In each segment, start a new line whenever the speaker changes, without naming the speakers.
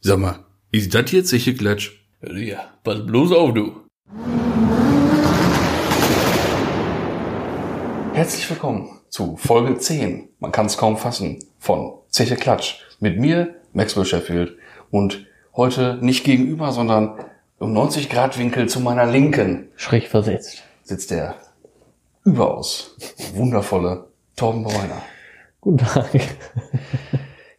Sag mal, ist das jetzt sicher Klatsch?
Ja, pass bloß auf, du. Herzlich willkommen zu Folge 10, man kann es kaum fassen, von Zeche Klatsch. Mit mir, Maxwell Sheffield. Und heute nicht gegenüber, sondern um 90 Grad Winkel zu meiner Linken
Schräg versetzt.
sitzt der überaus wundervolle Torben Bräuner.
Guten Tag.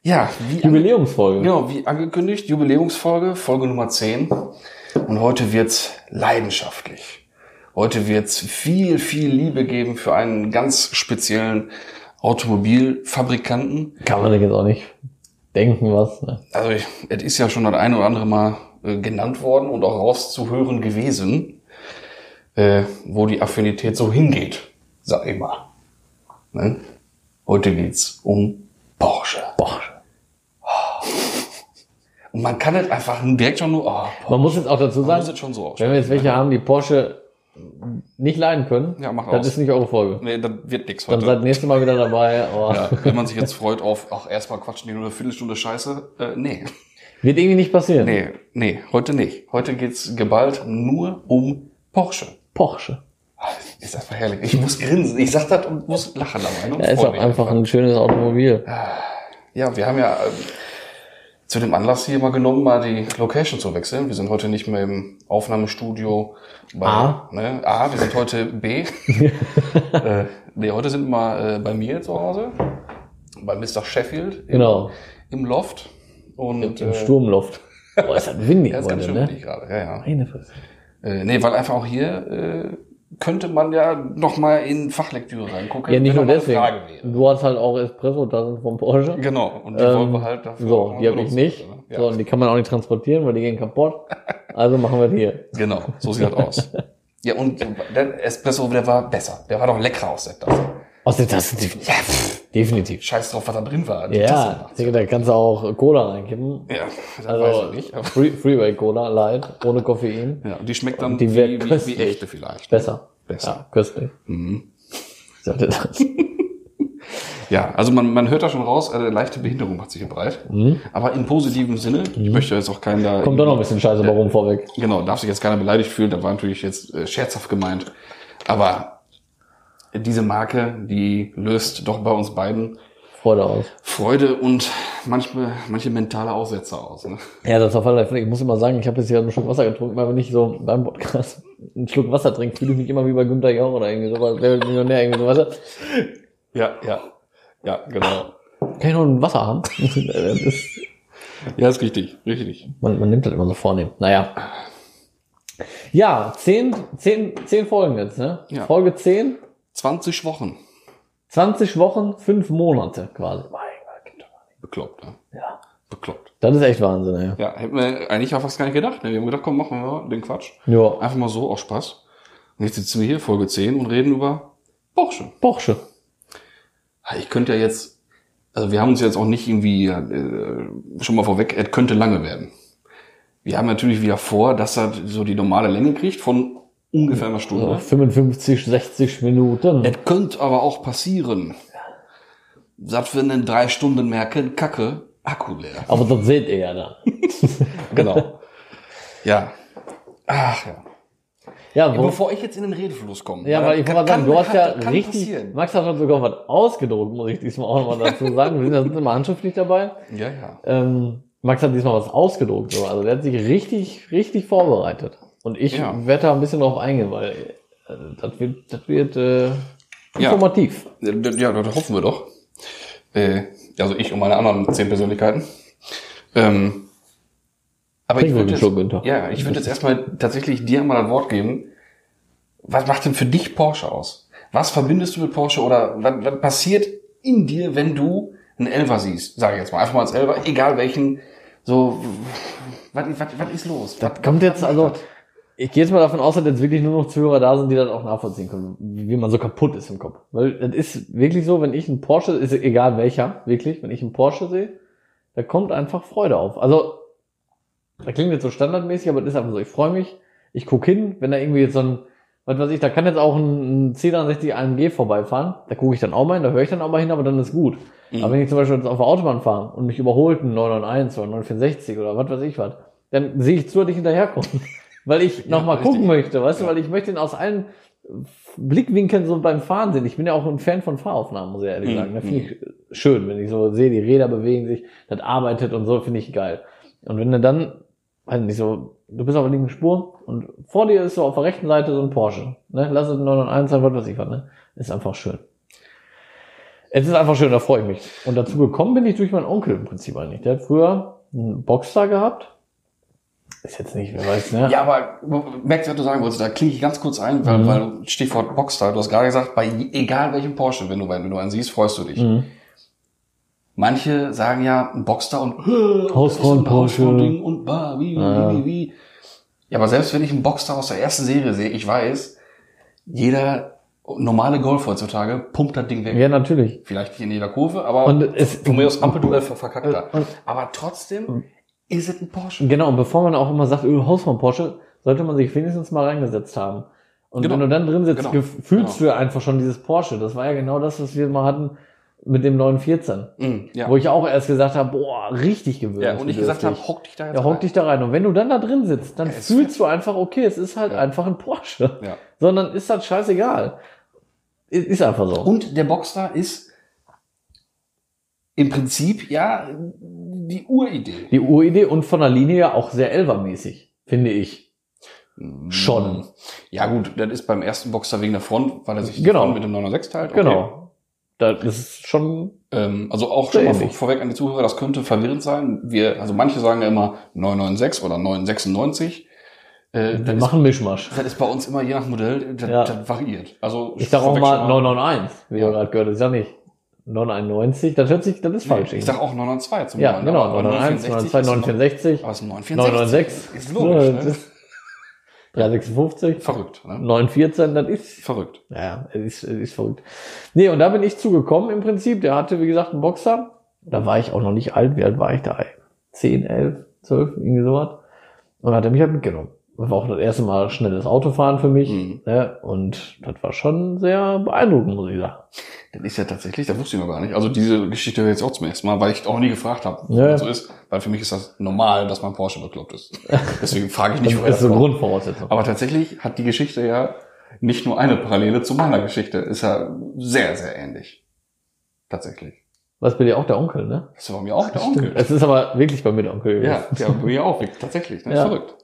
Ja, wie
Jubiläumsfolge.
Genau, wie angekündigt, Jubiläumsfolge, Folge Nummer 10. Und heute wird's leidenschaftlich. Heute wird's viel, viel Liebe geben für einen ganz speziellen Automobilfabrikanten.
Kann man sich jetzt auch nicht denken, was. Ne?
Also, ich- es ist ja schon das ein oder andere Mal äh, genannt worden und auch rauszuhören gewesen, äh, wo die Affinität so hingeht, sag ich mal. Ne? Heute geht's um Porsche. Oh.
Porsche.
Und man kann es einfach direkt schon nur, oh,
Man muss jetzt auch dazu
man muss
sagen,
es schon so aussprechen.
wenn wir jetzt welche haben, die Porsche nicht leiden können,
Ja, mach
das
aus.
ist nicht eure Folge.
Nee, dann wird nichts
Dann
heute.
seid nächstes Mal wieder dabei. Aber
Ja, wenn man sich jetzt freut auf, ach, erstmal quatschen die nur eine Viertelstunde Scheiße. Äh, nee.
Wird irgendwie nicht passieren.
Nee, nee, heute nicht. Heute geht's geballt nur um Porsche.
Porsche.
Ah, Ist einfach herrlich. Ich muss grinsen. Ich sag das und muss lachen dabei. Und
Ja, ist
freu
auch
mich
einfach ein schönes Automobil.
Ja, wir haben ja ähm, zu dem Anlass hier mal genommen, mal die Location zu wechseln. Wir sind heute nicht mehr im Aufnahmestudio bei
A.
Ne, A, wir sind heute B. äh, nee, heute sind wir mal äh, bei mir zu Hause, bei Mr. Sheffield im,
Genau.
im Loft. Und
Im
äh,
Sturmluft. Boah, ist das windig
ja, ist ganz
heute,
schön
ne?
windig gerade. Ja, ja.
Meine Fresse.
Äh, nee, weil einfach auch hier äh, könnte man ja noch mal in Fachlektüre reingucken.
Ja, nicht
wenn da
nur
mal eine
deswegen.
Frage wäre.
Du hast halt auch Espresso-Tassen vom Porsche.
Genau, und die
Ähm,
wollen wir halt dafür. auch
So,
mal
die habe ich
benutzen,
nicht.
ne?
So, und die kann man auch nicht transportieren, weil die gehen kaputt. Also machen wir das hier.
Genau, so sieht das aus. Ja, und der Espresso, der war besser. Der war doch leckerer aus der Tasse.
Aus der Tasse, Also definitiv. Ja, pff, definitiv.
Scheiß drauf, was da drin war. Die Tasse
Ja,
war-
Digga, da kannst du auch Cola reinkippen.
ja das weiß
Also
ich nicht. Aber,
Free, Freeway Cola, light, ohne Koffein.
ja, und die schmeckt dann
Und die
wie,
wär
wie, wie
köstlich.
echte vielleicht.
Besser.
Besser. Mhm.
Ja, köstlich. Sollte das.
Ja, also man, man hört da schon raus, eine leichte Behinderung macht sich hier breit. Aber im positiven Sinne, ich möchte jetzt auch keinen da...
Mhm. Kommt doch noch ein bisschen Scheiße warum vorweg.
Genau, darf sich jetzt keiner beleidigt fühlen, da war natürlich jetzt äh, scherzhaft gemeint. Aber diese Marke, die löst doch bei uns beiden
Freude aus.
Freude und manchmal, manche mentale Aussetzer aus. Ne?
Ja, das war vielleicht, ich muss immer sagen, ich habe jetzt hier einen Schluck Wasser getrunken, aber wenn ich so beim Podcast einen Schluck Wasser trinke, fühle ich mich immer wie bei Günther Jauch oder irgendwie sowas, wer wird Millionär, irgendwie so, weißt
Ja, ja. Ja, genau.
du? Kann ich noch ein Wasser haben? Das ist,
Ja, ist richtig, richtig.
man, man nimmt das immer so vornehm. Naja. Ja, zehn, zehn, zehn Folgen jetzt, ne?
Ja.
Folge 10,
20 Wochen.
20 Wochen, 5 Monate quasi. Mein Gott, gibt's doch mal
Bekloppt, ne?
nicht. Ja.
Bekloppt.
Das ist echt Wahnsinn, ey.
Ja, hätten wir eigentlich auch fast gar nicht gedacht. Ne? Wir haben gedacht, komm, machen wir mal den Quatsch.
Ja.
Einfach mal so, aus Spaß. Und jetzt sitzen wir hier, Folge 10, und reden über Porsche.
Porsche.
Ah, Ich könnte ja jetzt, also wir haben uns jetzt auch nicht irgendwie äh, schon mal vorweg, es könnte lange werden. Wir haben natürlich wieder vor, dass er so die normale Länge kriegt von ungefähr einer
So,
Stunde.
55, 60 Minuten.
Es könnte aber auch passieren, dass wir in drei Stunden merken, Kacke, Akku leer.
Aber das seht ihr ja dann.
Genau. ja. Ach ja.
Ja, wo,
Bevor ich jetzt in den Redefluss komme.
Ja, weil ich wollte mal sagen, du hast ja richtig,
Passieren.
Max hat schon sogar was ausgedruckt, muss ich diesmal auch nochmal dazu sagen. Wir sind, da sind immer handschriftlich dabei.
Ja, ja.
Ähm, Max hat diesmal was ausgedruckt, so. also der hat sich richtig, richtig vorbereitet. Und ich
Ja.
werde da ein bisschen drauf eingehen, weil äh, das wird, das wird äh,
Ja.
informativ.
Ja, das hoffen wir doch. Äh, also ich und meine anderen zehn Persönlichkeiten. Ähm, aber ich
Trinken wir
würde
den Schluck, Günther.
jetzt, ja, ich würde jetzt erstmal tatsächlich dir mal das Wort geben. Was macht denn für dich Porsche aus? Was verbindest du mit Porsche oder was, was passiert in dir, wenn du einen Elver siehst? Sage ich jetzt mal einfach mal als Elver, egal welchen. So, was, was, was ist los?
Das kommt jetzt also. Ich gehe jetzt mal davon aus, dass jetzt wirklich nur noch Zuhörer da sind, die das auch nachvollziehen können, wie wie man so kaputt ist im Kopf. Weil das ist wirklich so, wenn ich einen Porsche, ist egal welcher, wirklich, wenn ich einen Porsche sehe, da kommt einfach Freude auf. Also, das klingt jetzt so standardmäßig, aber das ist einfach so, ich freue mich, ich gucke hin, wenn da irgendwie jetzt so ein, was weiß ich, da kann jetzt auch ein ein C63 AMG vorbeifahren, da gucke ich dann auch mal hin, da höre ich dann auch mal hin, aber dann ist gut.
Mhm.
Aber wenn ich zum Beispiel jetzt auf der Autobahn fahre und mich überholt ein 991 oder ein 964 oder was weiß ich was, dann sehe ich zu, dass ich hinterherkomme. Weil ich
Ja,
nochmal
richtig.
gucken möchte, weißt du,
Ja.
weil ich möchte ihn aus allen Blickwinkeln so beim Fahren sehen. Ich bin ja auch ein Fan von Fahraufnahmen, muss ich ehrlich
Mhm.
sagen. Da finde ich schön, wenn ich so sehe, die Räder bewegen sich, das arbeitet und so, finde ich geil. Und wenn du dann, weiß nicht, so, du bist auf der linken Spur und vor dir ist so auf der rechten Seite so ein Porsche, ne? Lass es ein 991 sein, was weiß ich was, ne? Ist einfach schön. Es ist einfach schön, da freue ich mich. Und dazu gekommen bin ich durch meinen Onkel im Prinzip eigentlich. Der hat früher einen Boxer gehabt. Ist jetzt nicht, wer weiß, ne?
Ja, aber merkst du, was du sagen wolltest, da klinge ich ganz kurz ein, weil,
Mhm.
weil Stichwort Boxster, du hast gerade gesagt, bei je- egal welchem Porsche, wenn du, wenn du einen siehst, freust du dich.
Mhm.
Manche sagen ja, ein Boxster und äh, das
Hausfrauen-
ist ein
Porsche.
Hausfrauen-Ding und bah, wie, wie,
Ja.
wie, wie, wie. Ja, aber selbst wenn ich einen Boxster aus der ersten Serie sehe, ich weiß, jeder normale Golf heutzutage pumpt das Ding weg.
Ja, natürlich.
Vielleicht nicht in jeder Kurve, aber
Und es- Äh,
Romeos Ampelduell ver- verkackt da.
Und-
Aber trotzdem ist es ein Porsche.
Genau, und bevor man auch immer sagt, öh, Haus von Porsche, sollte man sich wenigstens mal reingesetzt haben. Und
Genau.
wenn du dann drin sitzt,
Genau.
gef- fühlst du ja einfach schon dieses Porsche. Das war ja genau das, was wir mal hatten mit dem 914.
Mhm, ja.
Wo ich auch erst gesagt habe, boah, richtig gewöhnt.
ja, und ich gesagt habe, hock dich da jetzt
ja, hock
rein.
dich da rein. Und wenn du dann da drin sitzt, dann
Ja, es-
fühlst du einfach, okay, es ist halt
Ja.
einfach ein Porsche.
Ja.
Sondern ist das scheißegal. I- Ist einfach so.
Und der Boxster ist im Prinzip ja die Uridee.
die Uridee und von der Linie ja auch sehr Elva-mäßig, finde ich. Schon.
Ja gut, das ist beim ersten Boxster wegen der Front, weil er sich die
Genau.
Front mit dem 906 teilt. Okay.
Genau. Da- Das ist schon
Ähm, also auch schon
Sehr
mal vor,
ähnlich.
vorweg an die Zuhörer, das könnte verwirrend sein. Wir, also manche sagen ja immer 996 oder 996. Äh,
Wir
das, ist,
machen Mischmasch.
das ist bei uns immer je nach Modell, das,
Ja.
das variiert. Also
Ich sag auch
vorweg
mal
schon
991, wie
Ja.
du gerade gehört hast. Ich sag nicht 991, das hört sich, das ist falsch.
Nee, ich sag auch 992 zum
ja,
Beispiel,
genau,
aber
991, 992, 964,
Aber es ist ein 964.
996.
Ist logisch,
Ja,
ne?
das- Hm. 356,
Verrückt, ne?
914, das ist,
Verrückt.
ja, es ist, es ist verrückt. Nee, und da bin ich zugekommen im Prinzip. Der hatte, wie gesagt, einen Boxer. Da war ich auch noch nicht alt. Wie alt war ich da? 10, 11, 12, irgendwie sowas. Und dann hat er mich halt mitgenommen. Das war auch das erste Mal schnelles Autofahren für mich.
Mhm.
Ne? Und das war schon sehr beeindruckend, muss ich sagen.
Das ist ja tatsächlich, das wusste ich noch gar nicht. Also diese Geschichte höre ich jetzt auch zum ersten Mal, weil ich auch nie gefragt habe,
Ja.
wie das so ist. Weil für mich ist das normal, dass mein Porsche bekloppt ist. Deswegen frage ich nicht,
Das
woher
ist
das
so eine
kommt.
Grundvoraussetzung.
Aber tatsächlich hat die Geschichte ja nicht nur eine Parallele zu meiner Geschichte. Ist ja sehr, sehr ähnlich. Tatsächlich.
Was bin ja auch der Onkel, ne?
Das war bei mir auch der Onkel.
Es ist aber wirklich bei mir der Onkel.
Ja,
gewesen.
der bei mir auch. wirklich, Tatsächlich. Ne?
Ja.
Ist verrückt.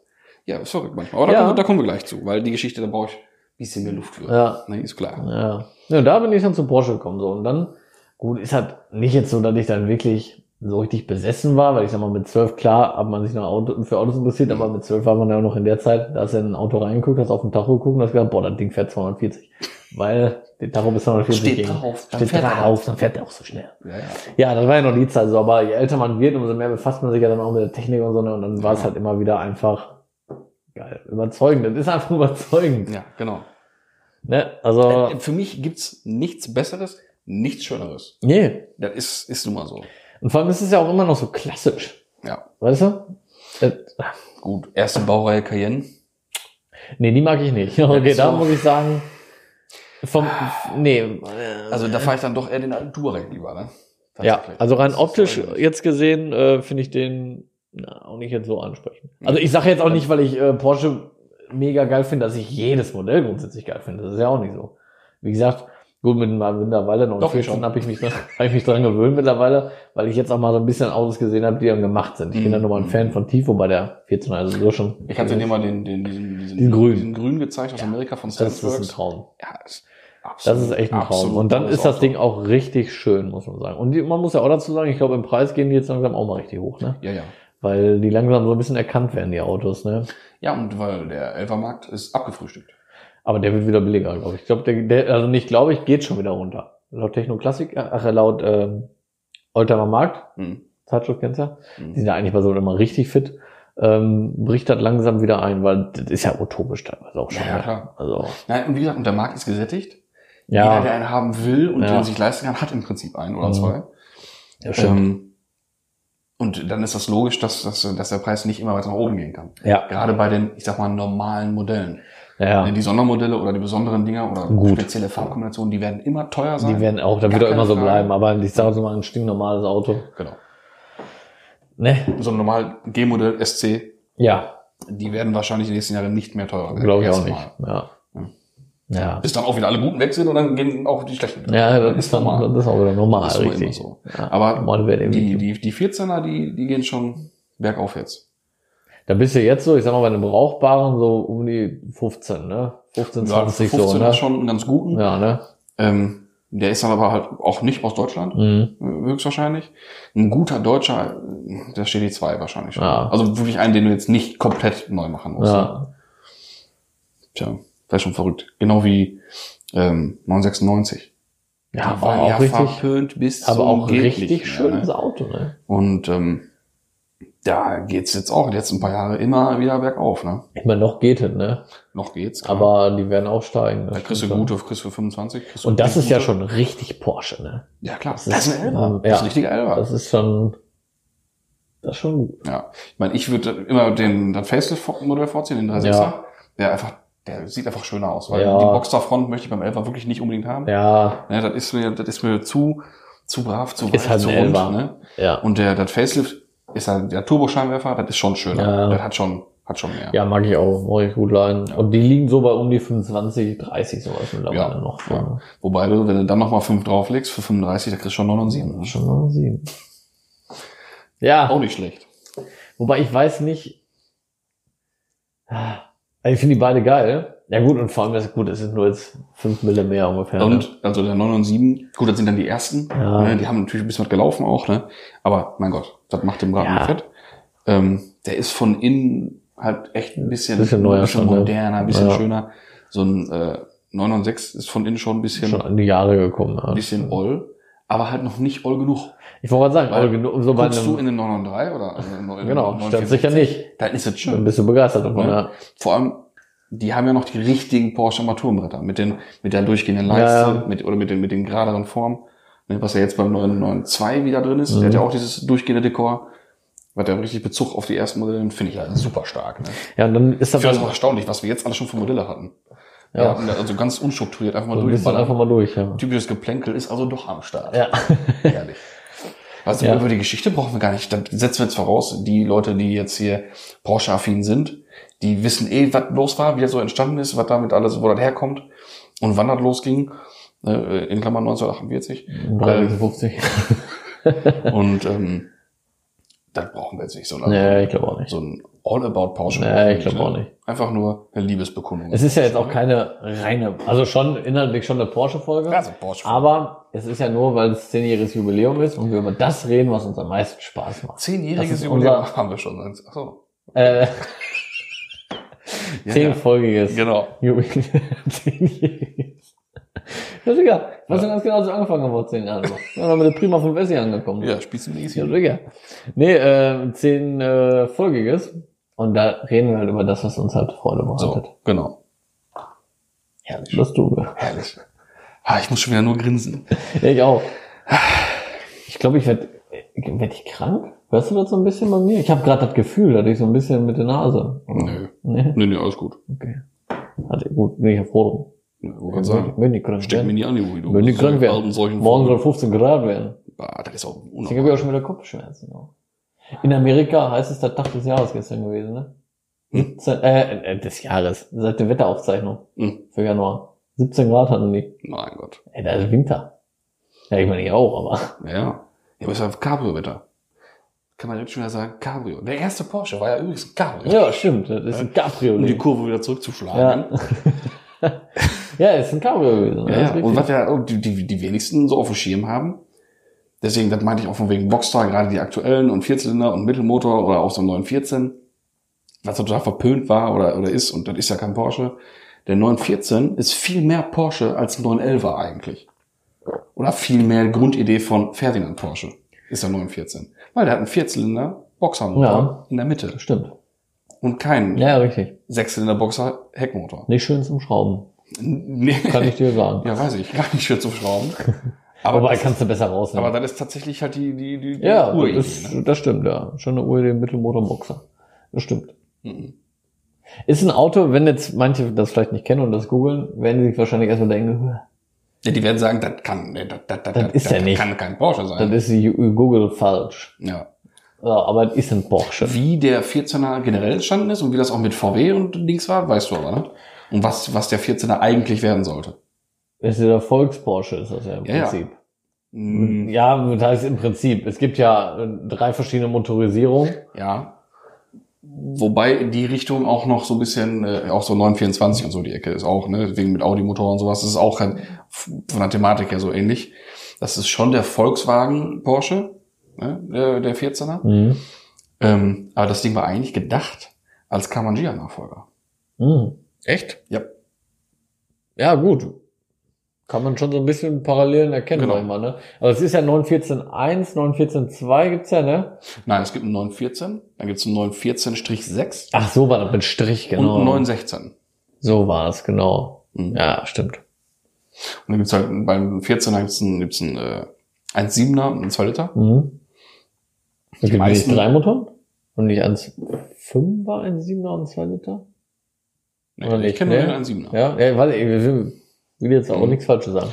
Ja, ist verrückt manchmal. Aber
Ja.
da, da kommen wir gleich zu, weil die Geschichte, da brauche ich ein bisschen mehr Luft für.
Ja.
Ne, ist klar.
ja. Ja, und da bin ich dann zu Porsche gekommen, so. Und dann, gut, ist halt nicht jetzt so, dass ich dann wirklich so richtig besessen war, weil ich sag mal, mit zwölf, klar, hat man sich noch Auto, für Autos interessiert,
Mhm.
aber mit zwölf war man ja auch noch in der Zeit, da hast du in ein Auto reingeguckt, hast auf den Tacho geguckt und hast gedacht, boah, das Ding fährt 240. Weil, der Tacho bis 240
Steht
ging.
drauf, dann
Steht
fährt er halt.
drauf, dann fährt er auch so schnell.
Ja, ja.
Ja, das war ja noch die Zeit so, aber je älter man wird, umso mehr befasst man sich ja dann auch mit der Technik und so, ne? und dann war es
Ja.
halt immer wieder einfach geil, überzeugend. Das ist einfach überzeugend.
ja genau.
Ne? Also,
Äh, Für mich gibt's nichts Besseres, nichts Schöneres.
nee.
Das ist, ist nun mal so.
Und vor allem ist es ja auch immer noch so klassisch.
Ja,
Weißt du? Äh,
gut. Erste Baureihe Cayenne.
nee, die mag ich nicht. Okay,
ist
da
so.
muss ich sagen, vom, nee.
Also da fahre ich dann doch eher den alten Touareg lieber, ne?
Ja,
Tatsächlich.
also rein
Das ist
optisch
eigentlich-
jetzt gesehen, äh, finde ich den na, auch nicht jetzt so ansprechend.
Mhm.
Also ich sage jetzt auch nicht, weil ich äh, Porsche mega geil finde, dass ich jedes Modell grundsätzlich geil finde. Das ist ja auch nicht so. Wie gesagt, gut, mit meinem mittlerweile noch
Doch, ich
14
schon.
habe ich, mich dran- hab ich mich dran gewöhnt mittlerweile, weil ich jetzt auch mal so ein bisschen Autos gesehen habe, die dann gemacht sind. Ich bin
Mhm.
dann nochmal ein Fan von Tifo bei der 14, also so schon.
Ich hatte dir mal den, den, diesen, diesen,
Den Grün.
diesen Grün gezeigt aus Amerika von
Das ist ein
Stansworks.
Traum.
Ja, ist
Das
absolut,
ist echt ein Traum.
absolut
Und dann
tolles
ist das
Auto.
Ding auch richtig schön, muss man sagen. Und die, man muss ja auch dazu sagen, ich glaube, im Preis gehen die jetzt langsam auch mal richtig hoch, ne?
Ja, ja.
Weil die langsam so ein bisschen erkannt werden, die Autos, ne?
Ja, und weil der Elfermarkt ist abgefrühstückt.
Aber der wird wieder billiger, glaube ich. Ich glaube, der, der, also nicht glaube ich, geht schon wieder runter. Laut Techno Classic, äh, ach, laut ähm, Oldtimer Markt,
Mhm.
Zeitschrift kennst du ja, die sind
Mhm.
ja eigentlich bei so immer richtig fit, ähm, bricht das langsam wieder ein, weil das ist ja utopisch teilweise auch schon.
Ja,
ne?
klar.
Also,
Nein, und wie gesagt, und der Markt ist gesättigt. Jeder, der
ja,
einen haben will und
Ja.
den sich leisten kann, hat im Prinzip einen oder
Mhm.
zwei.
ja, stimmt.
Ähm, und dann ist das logisch, dass, dass, dass der Preis nicht immer weiter nach oben gehen kann.
ja.
Gerade bei den, ich sag mal, normalen Modellen.
Ja, ja.
Die Sondermodelle oder die besonderen Dinger oder
Gut.
spezielle Farbkombinationen, die werden immer teuer sein.
Die werden auch, da
Gar
wird auch immer
keine
so
Frage.
bleiben. Aber ich sage so mal, ein stinknormales Auto.
genau.
Ne?
So ein normal G-Modell SC,
Ja,
die werden wahrscheinlich in den nächsten Jahren nicht mehr teurer werden.
glaube ich auch
Erstmal.
nicht. Ja. Ja.
Bis dann auch wieder alle guten weg sind und dann gehen auch die schlechten. weg.
Ja, das ist, dann, das ist auch wieder normal,
Das ist nur
richtig.
immer so.
Ja, normal
Aber
wäre der
die, die,
Weg.
die 14er, die, die gehen schon bergauf jetzt.
Da bist du jetzt so, ich sag mal, bei einem brauchbaren so um die 15, ne? 15, 20 so, ne?
ist schon einen ganz guten.
Ja, ne?
Ähm, der ist dann aber halt auch nicht aus Deutschland,
Mhm.
äh, höchstwahrscheinlich. Ein guter Deutscher, äh, da steht die 2 wahrscheinlich schon.
Ja.
Also wirklich einen, den du jetzt nicht komplett neu machen musst.
Ja.
Tja, das ist schon verrückt. Genau wie ähm, 996.
ja,
Die
war
waren
auch richtig,
verpönt bis
aber
zum
auch
geht
richtig
nicht mehr,
schönes
Ne?
Auto, ne?
Und ähm, da geht's jetzt auch die letzten paar Jahre immer wieder bergauf. Ne?
Ich meine, noch geht es, ne?
Noch geht's. klar.
Aber die werden auch steigen. das
Da kriegst du
stimmt
gute, kriegst du 25. Kriegst du
schon. Und das
richtig
ist ja
gute.
schon richtig Porsche, ne?
Ja, klar. Das
ist-
ist ein Elber.
ähm,
Das ist
ja.
ein richtiger Elber.
Das ist schon, das ist schon gut.
Ja. Ich meine, ich würde immer den, das Facelift-Modell vorziehen, den 360er.
Ja.
Der einfach, der sieht einfach schöner aus, weil
Ja.
die Boxerfront möchte ich beim Elber wirklich nicht unbedingt haben.
Ja,
Ne, das ist mir, das ist mir zu, zu brav, zu
Ist halt
zu
ein Elber.
ne?
ja.
Und der, das Facelift ist halt der Turboscheinwerfer, das ist schon schöner.
Ja.
Das hat schon, hat schon mehr.
Ja, mag ich auch, mag ich gut leiden. Und die liegen so bei um die 25, 30 sowas mittlerweile
Ja,
noch.
ja. Wobei du, wenn du dann nochmal 5 drauflegst, für 35, da kriegst du schon ne? 9 und 7.
Schon mal sieben. Ja,
Auch nicht schlecht.
wobei ich weiß nicht. Ah, Ich finde die beide geil. Ja gut, und vor allem, das ist gut, es sind nur jetzt 5 Mille mehr ungefähr. ne?
Und, also der 9 und 7, gut, das sind dann die ersten.
Ja.
Ne, die haben natürlich ein bisschen was gelaufen auch, ne? Aber mein Gott, das macht dem Braten
Ja.
fett. Ähm, der ist von innen halt echt ein bisschen,
Bisschen neuer
ein bisschen
schon, ne?
moderner, ein bisschen
Ja.
schöner. So ein äh, 9 und 6 ist von innen schon ein bisschen,
schon an die Jahre gekommen. Ja.
ein bisschen oll, aber halt noch nicht oll genug.
Ich wollte gerade sagen,
Weil
aber genu- so bei
Guckst du
einem,
in den 9 und 3 oder äh, in den 9
genau,
9
stört sicher nicht.
Dann ist es schön.
Dann bist du begeistert davon,
Ja.
ja.
Vor allem, die haben ja noch die richtigen Porsche Armaturenbretter mit den, mit der durchgehenden Leiste,
Ja, ja.
mit, oder mit den, mit den geraderen Formen. Ne, was ja jetzt beim 992 wieder drin ist, der
Mhm.
hat ja auch dieses durchgehende Dekor. Weil der richtig Bezug auf die ersten Modelle, finde ich ja super stark. Ne?
Ja, und dann ist
Ich
das
finde das
dann
auch erstaunlich, was wir jetzt alle schon für Modelle hatten. Ja.
Ja.
Wir hatten da also ganz unstrukturiert einfach mal
so ein bisschen
durchballern.
einfach mal durch. Ja.
Typisches Geplänkel ist also doch am Start.
ja.
Ehrlich. Also
Ja.
über die Geschichte brauchen wir gar nicht. Dann setzen wir jetzt voraus, die Leute, die jetzt hier Porsche-affin sind, die wissen eh, was los war, wie das so entstanden ist, was damit alles, wo das herkommt und wann das losging. äh, In Klammern 1948. Ähm,
350.
und ähm, das brauchen wir jetzt nicht so lange.
Nee, ich glaube auch nicht.
So ein All-About-Porsche.
Nee,
brauchen wir
ich glaub
ne?
auch nicht.
Einfach nur eine Liebesbekundung.
Es ist ja jetzt auch keine reine, also schon inhaltlich schon eine Porsche-Folge.
Ja, so Also, Porsche.
Ah, aber es ist ja nur, weil es zehnjähriges Jubiläum ist und wir über das reden, was uns am meisten Spaß macht. das
Zehnjähriges
ist
Jubiläum
unser-
haben wir schon. Ach so.
Äh,
Ja, ja.
zehnfolgiges
Genau.
Jubiläum. zehnjähriges. Ja, Digga, ich weiß ja. ganz genau, so angefangen haben vor zehn Jahren. Wir sind mit der Prima 5S hier angekommen.
Ja, spitzenmäßig.
Ja, Digga. Nee, äh, zehn äh, folgiges. Und da reden wir halt über das, was uns halt Freude bereitet.
So, genau. Herrlich.
Was du.
Herrlich. Ah, ich muss schon wieder nur grinsen.
Ja, ich auch. Ich glaube, ich werde werd ich krank? Hörst du das so ein bisschen bei mir? Ich habe gerade das Gefühl, dass ich so ein bisschen mit der Nase.
Nö.
Nee?
Nö, nö, alles gut.
Okay. Also gut, bin ich ja froh
Ja, wo
drum.
kann's sagen?
Wenn ich krank
Steck mir
werden.
nie an, Juri, du.
Wenn ich krank
Alten
werden.
solchen
Morgen soll
Formen.
15 Grad werden.
Ah, das ist auch
Deswegen habe ich
unnormal.
auch schon wieder Kopfschmerzen. auch. In Amerika heißt es der Tag des Jahres gestern gewesen, ne?
Hm?
Se- Äh, äh, des Jahres. Seit der Wetteraufzeichnung.
Hm.
Für Januar. 17 Grad hatten die.
Mein Gott.
Ey, da ist Winter. Ja, ich meine, ich auch, aber.
Ja, ja. Ja, aber es war Cabrio-Wetter. Kann man jetzt schon wieder sagen, Cabrio. Der erste Porsche war ja übrigens ein Cabrio.
Ja, stimmt. Das ist ein
Um
Cabriolet.
die Kurve wieder zurückzuschlagen.
Ja. ja, ist ein Cabrio gewesen.
Ja, ja. Und
das ist richtig.
was ja oh, die, die, die wenigsten so auf dem Schirm haben. Deswegen, das meinte ich auch von wegen Boxster, gerade die aktuellen und Vierzylinder und Mittelmotor oder auch so einen 914, was total verpönt war oder, oder ist, und das ist ja kein Porsche. Der 914 ist viel mehr Porsche als ein 911er eigentlich. Oder viel mehr Grundidee von Ferdinand Porsche ist der 914. Weil der hat einen Vierzylinder Boxermotor
Ja.
in der Mitte
Stimmt.
und keinen
Ja, richtig.
Sechszylinder Boxer Heckmotor.
Nicht schön zum Schrauben.
Nee.
Kann ich dir sagen.
Ja, weiß ich, gar nicht schwer zu schrauben.
aber
das-
kannst du besser
aber
rausnehmen.
das ist tatsächlich halt die, die, die, die
ja,
Uridee,
das,
ne?
das stimmt, ja. Schon eine Uhr den Mittelmotor Boxer. Das stimmt.
Mhm.
Ist ein Auto, wenn jetzt manche das vielleicht nicht kennen und das googeln, werden sie sich wahrscheinlich erstmal denken, "Hö,
Ja, die werden sagen, das kann, nee, das, das, das,
Das ist ja nicht.
kann kein Porsche
das
sein.
ist Ju- Google falsch.
ja.
Ja, aber es ist ein Porsche.
Wie der 14er generell entstanden ist und wie das auch mit VW und Dings war, weißt du aber, ne? Und was, was der 14er eigentlich werden sollte.
Das ist der Volks-Porsche, ist das ja im
Ja, ja.
Prinzip.
Mhm.
Ja, das heißt im Prinzip. Es gibt ja äh, drei verschiedene Motorisierungen.
Ja. Wobei in die Richtung auch noch so ein bisschen, äh, auch so 924 und so die Ecke ist auch, ne? Wegen mit Audi-Motor und sowas, das ist auch kein, von der Thematik her so ähnlich. Das ist schon der Volkswagen Porsche, ne? der, der 14er.
Mhm.
Ähm, aber das Ding war eigentlich gedacht als Kamangia-Nachfolger.
Mhm.
Echt? Ja.
Ja, gut. Kann man schon so ein bisschen Parallelen erkennen,
Genau.
sag ich mal, ne? Aber es ist ja 914.1, 914.2 gibt's ja, ne?
Nein, es gibt einen 914, dann gibt es einen 914-6
Ach, so war das mit Strich, genau.
und einen 916.
so war es, genau.
Mhm.
Ja, stimmt.
Und dann gibt's halt beim 14er gibt's einen, gibt's einen äh, 1,7er und einen 2 Liter.
Mhm. Es gibt
meisten-
nicht drei Motoren? Und nicht 1,5 war 1,7er und 2 Liter?
Nee,
Oder
ich
nicht,
kenne nur
ne?
den 1,7er.
Ja, ja weiß ich, wir will will jetzt auch
Mhm.
nichts Falsches sagen.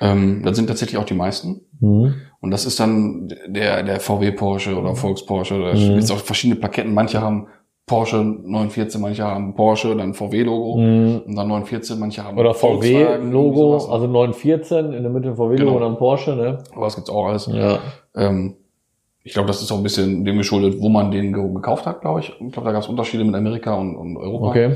Ähm, das sind tatsächlich auch die meisten.
Mhm.
Und das ist dann der, der VW Porsche oder Volks Porsche. Da
Mhm.
gibt's auch verschiedene Plaketten. Manche haben Porsche 914, manche haben Porsche, dann VW-Logo
Mhm.
und dann 914, manche haben
Oder
Volkswagen, irgendwie
VW-Logo,
sowas.
also 914, in der Mitte VW-Logo
Genau.
und dann Porsche, ne?
Aber es gibt's auch alles.
Ja.
Ähm, ich glaube, das ist auch ein bisschen dem geschuldet, wo man den ge- gekauft hat, glaube ich. Ich glaube, da gab es Unterschiede mit Amerika und, und Europa.
Okay.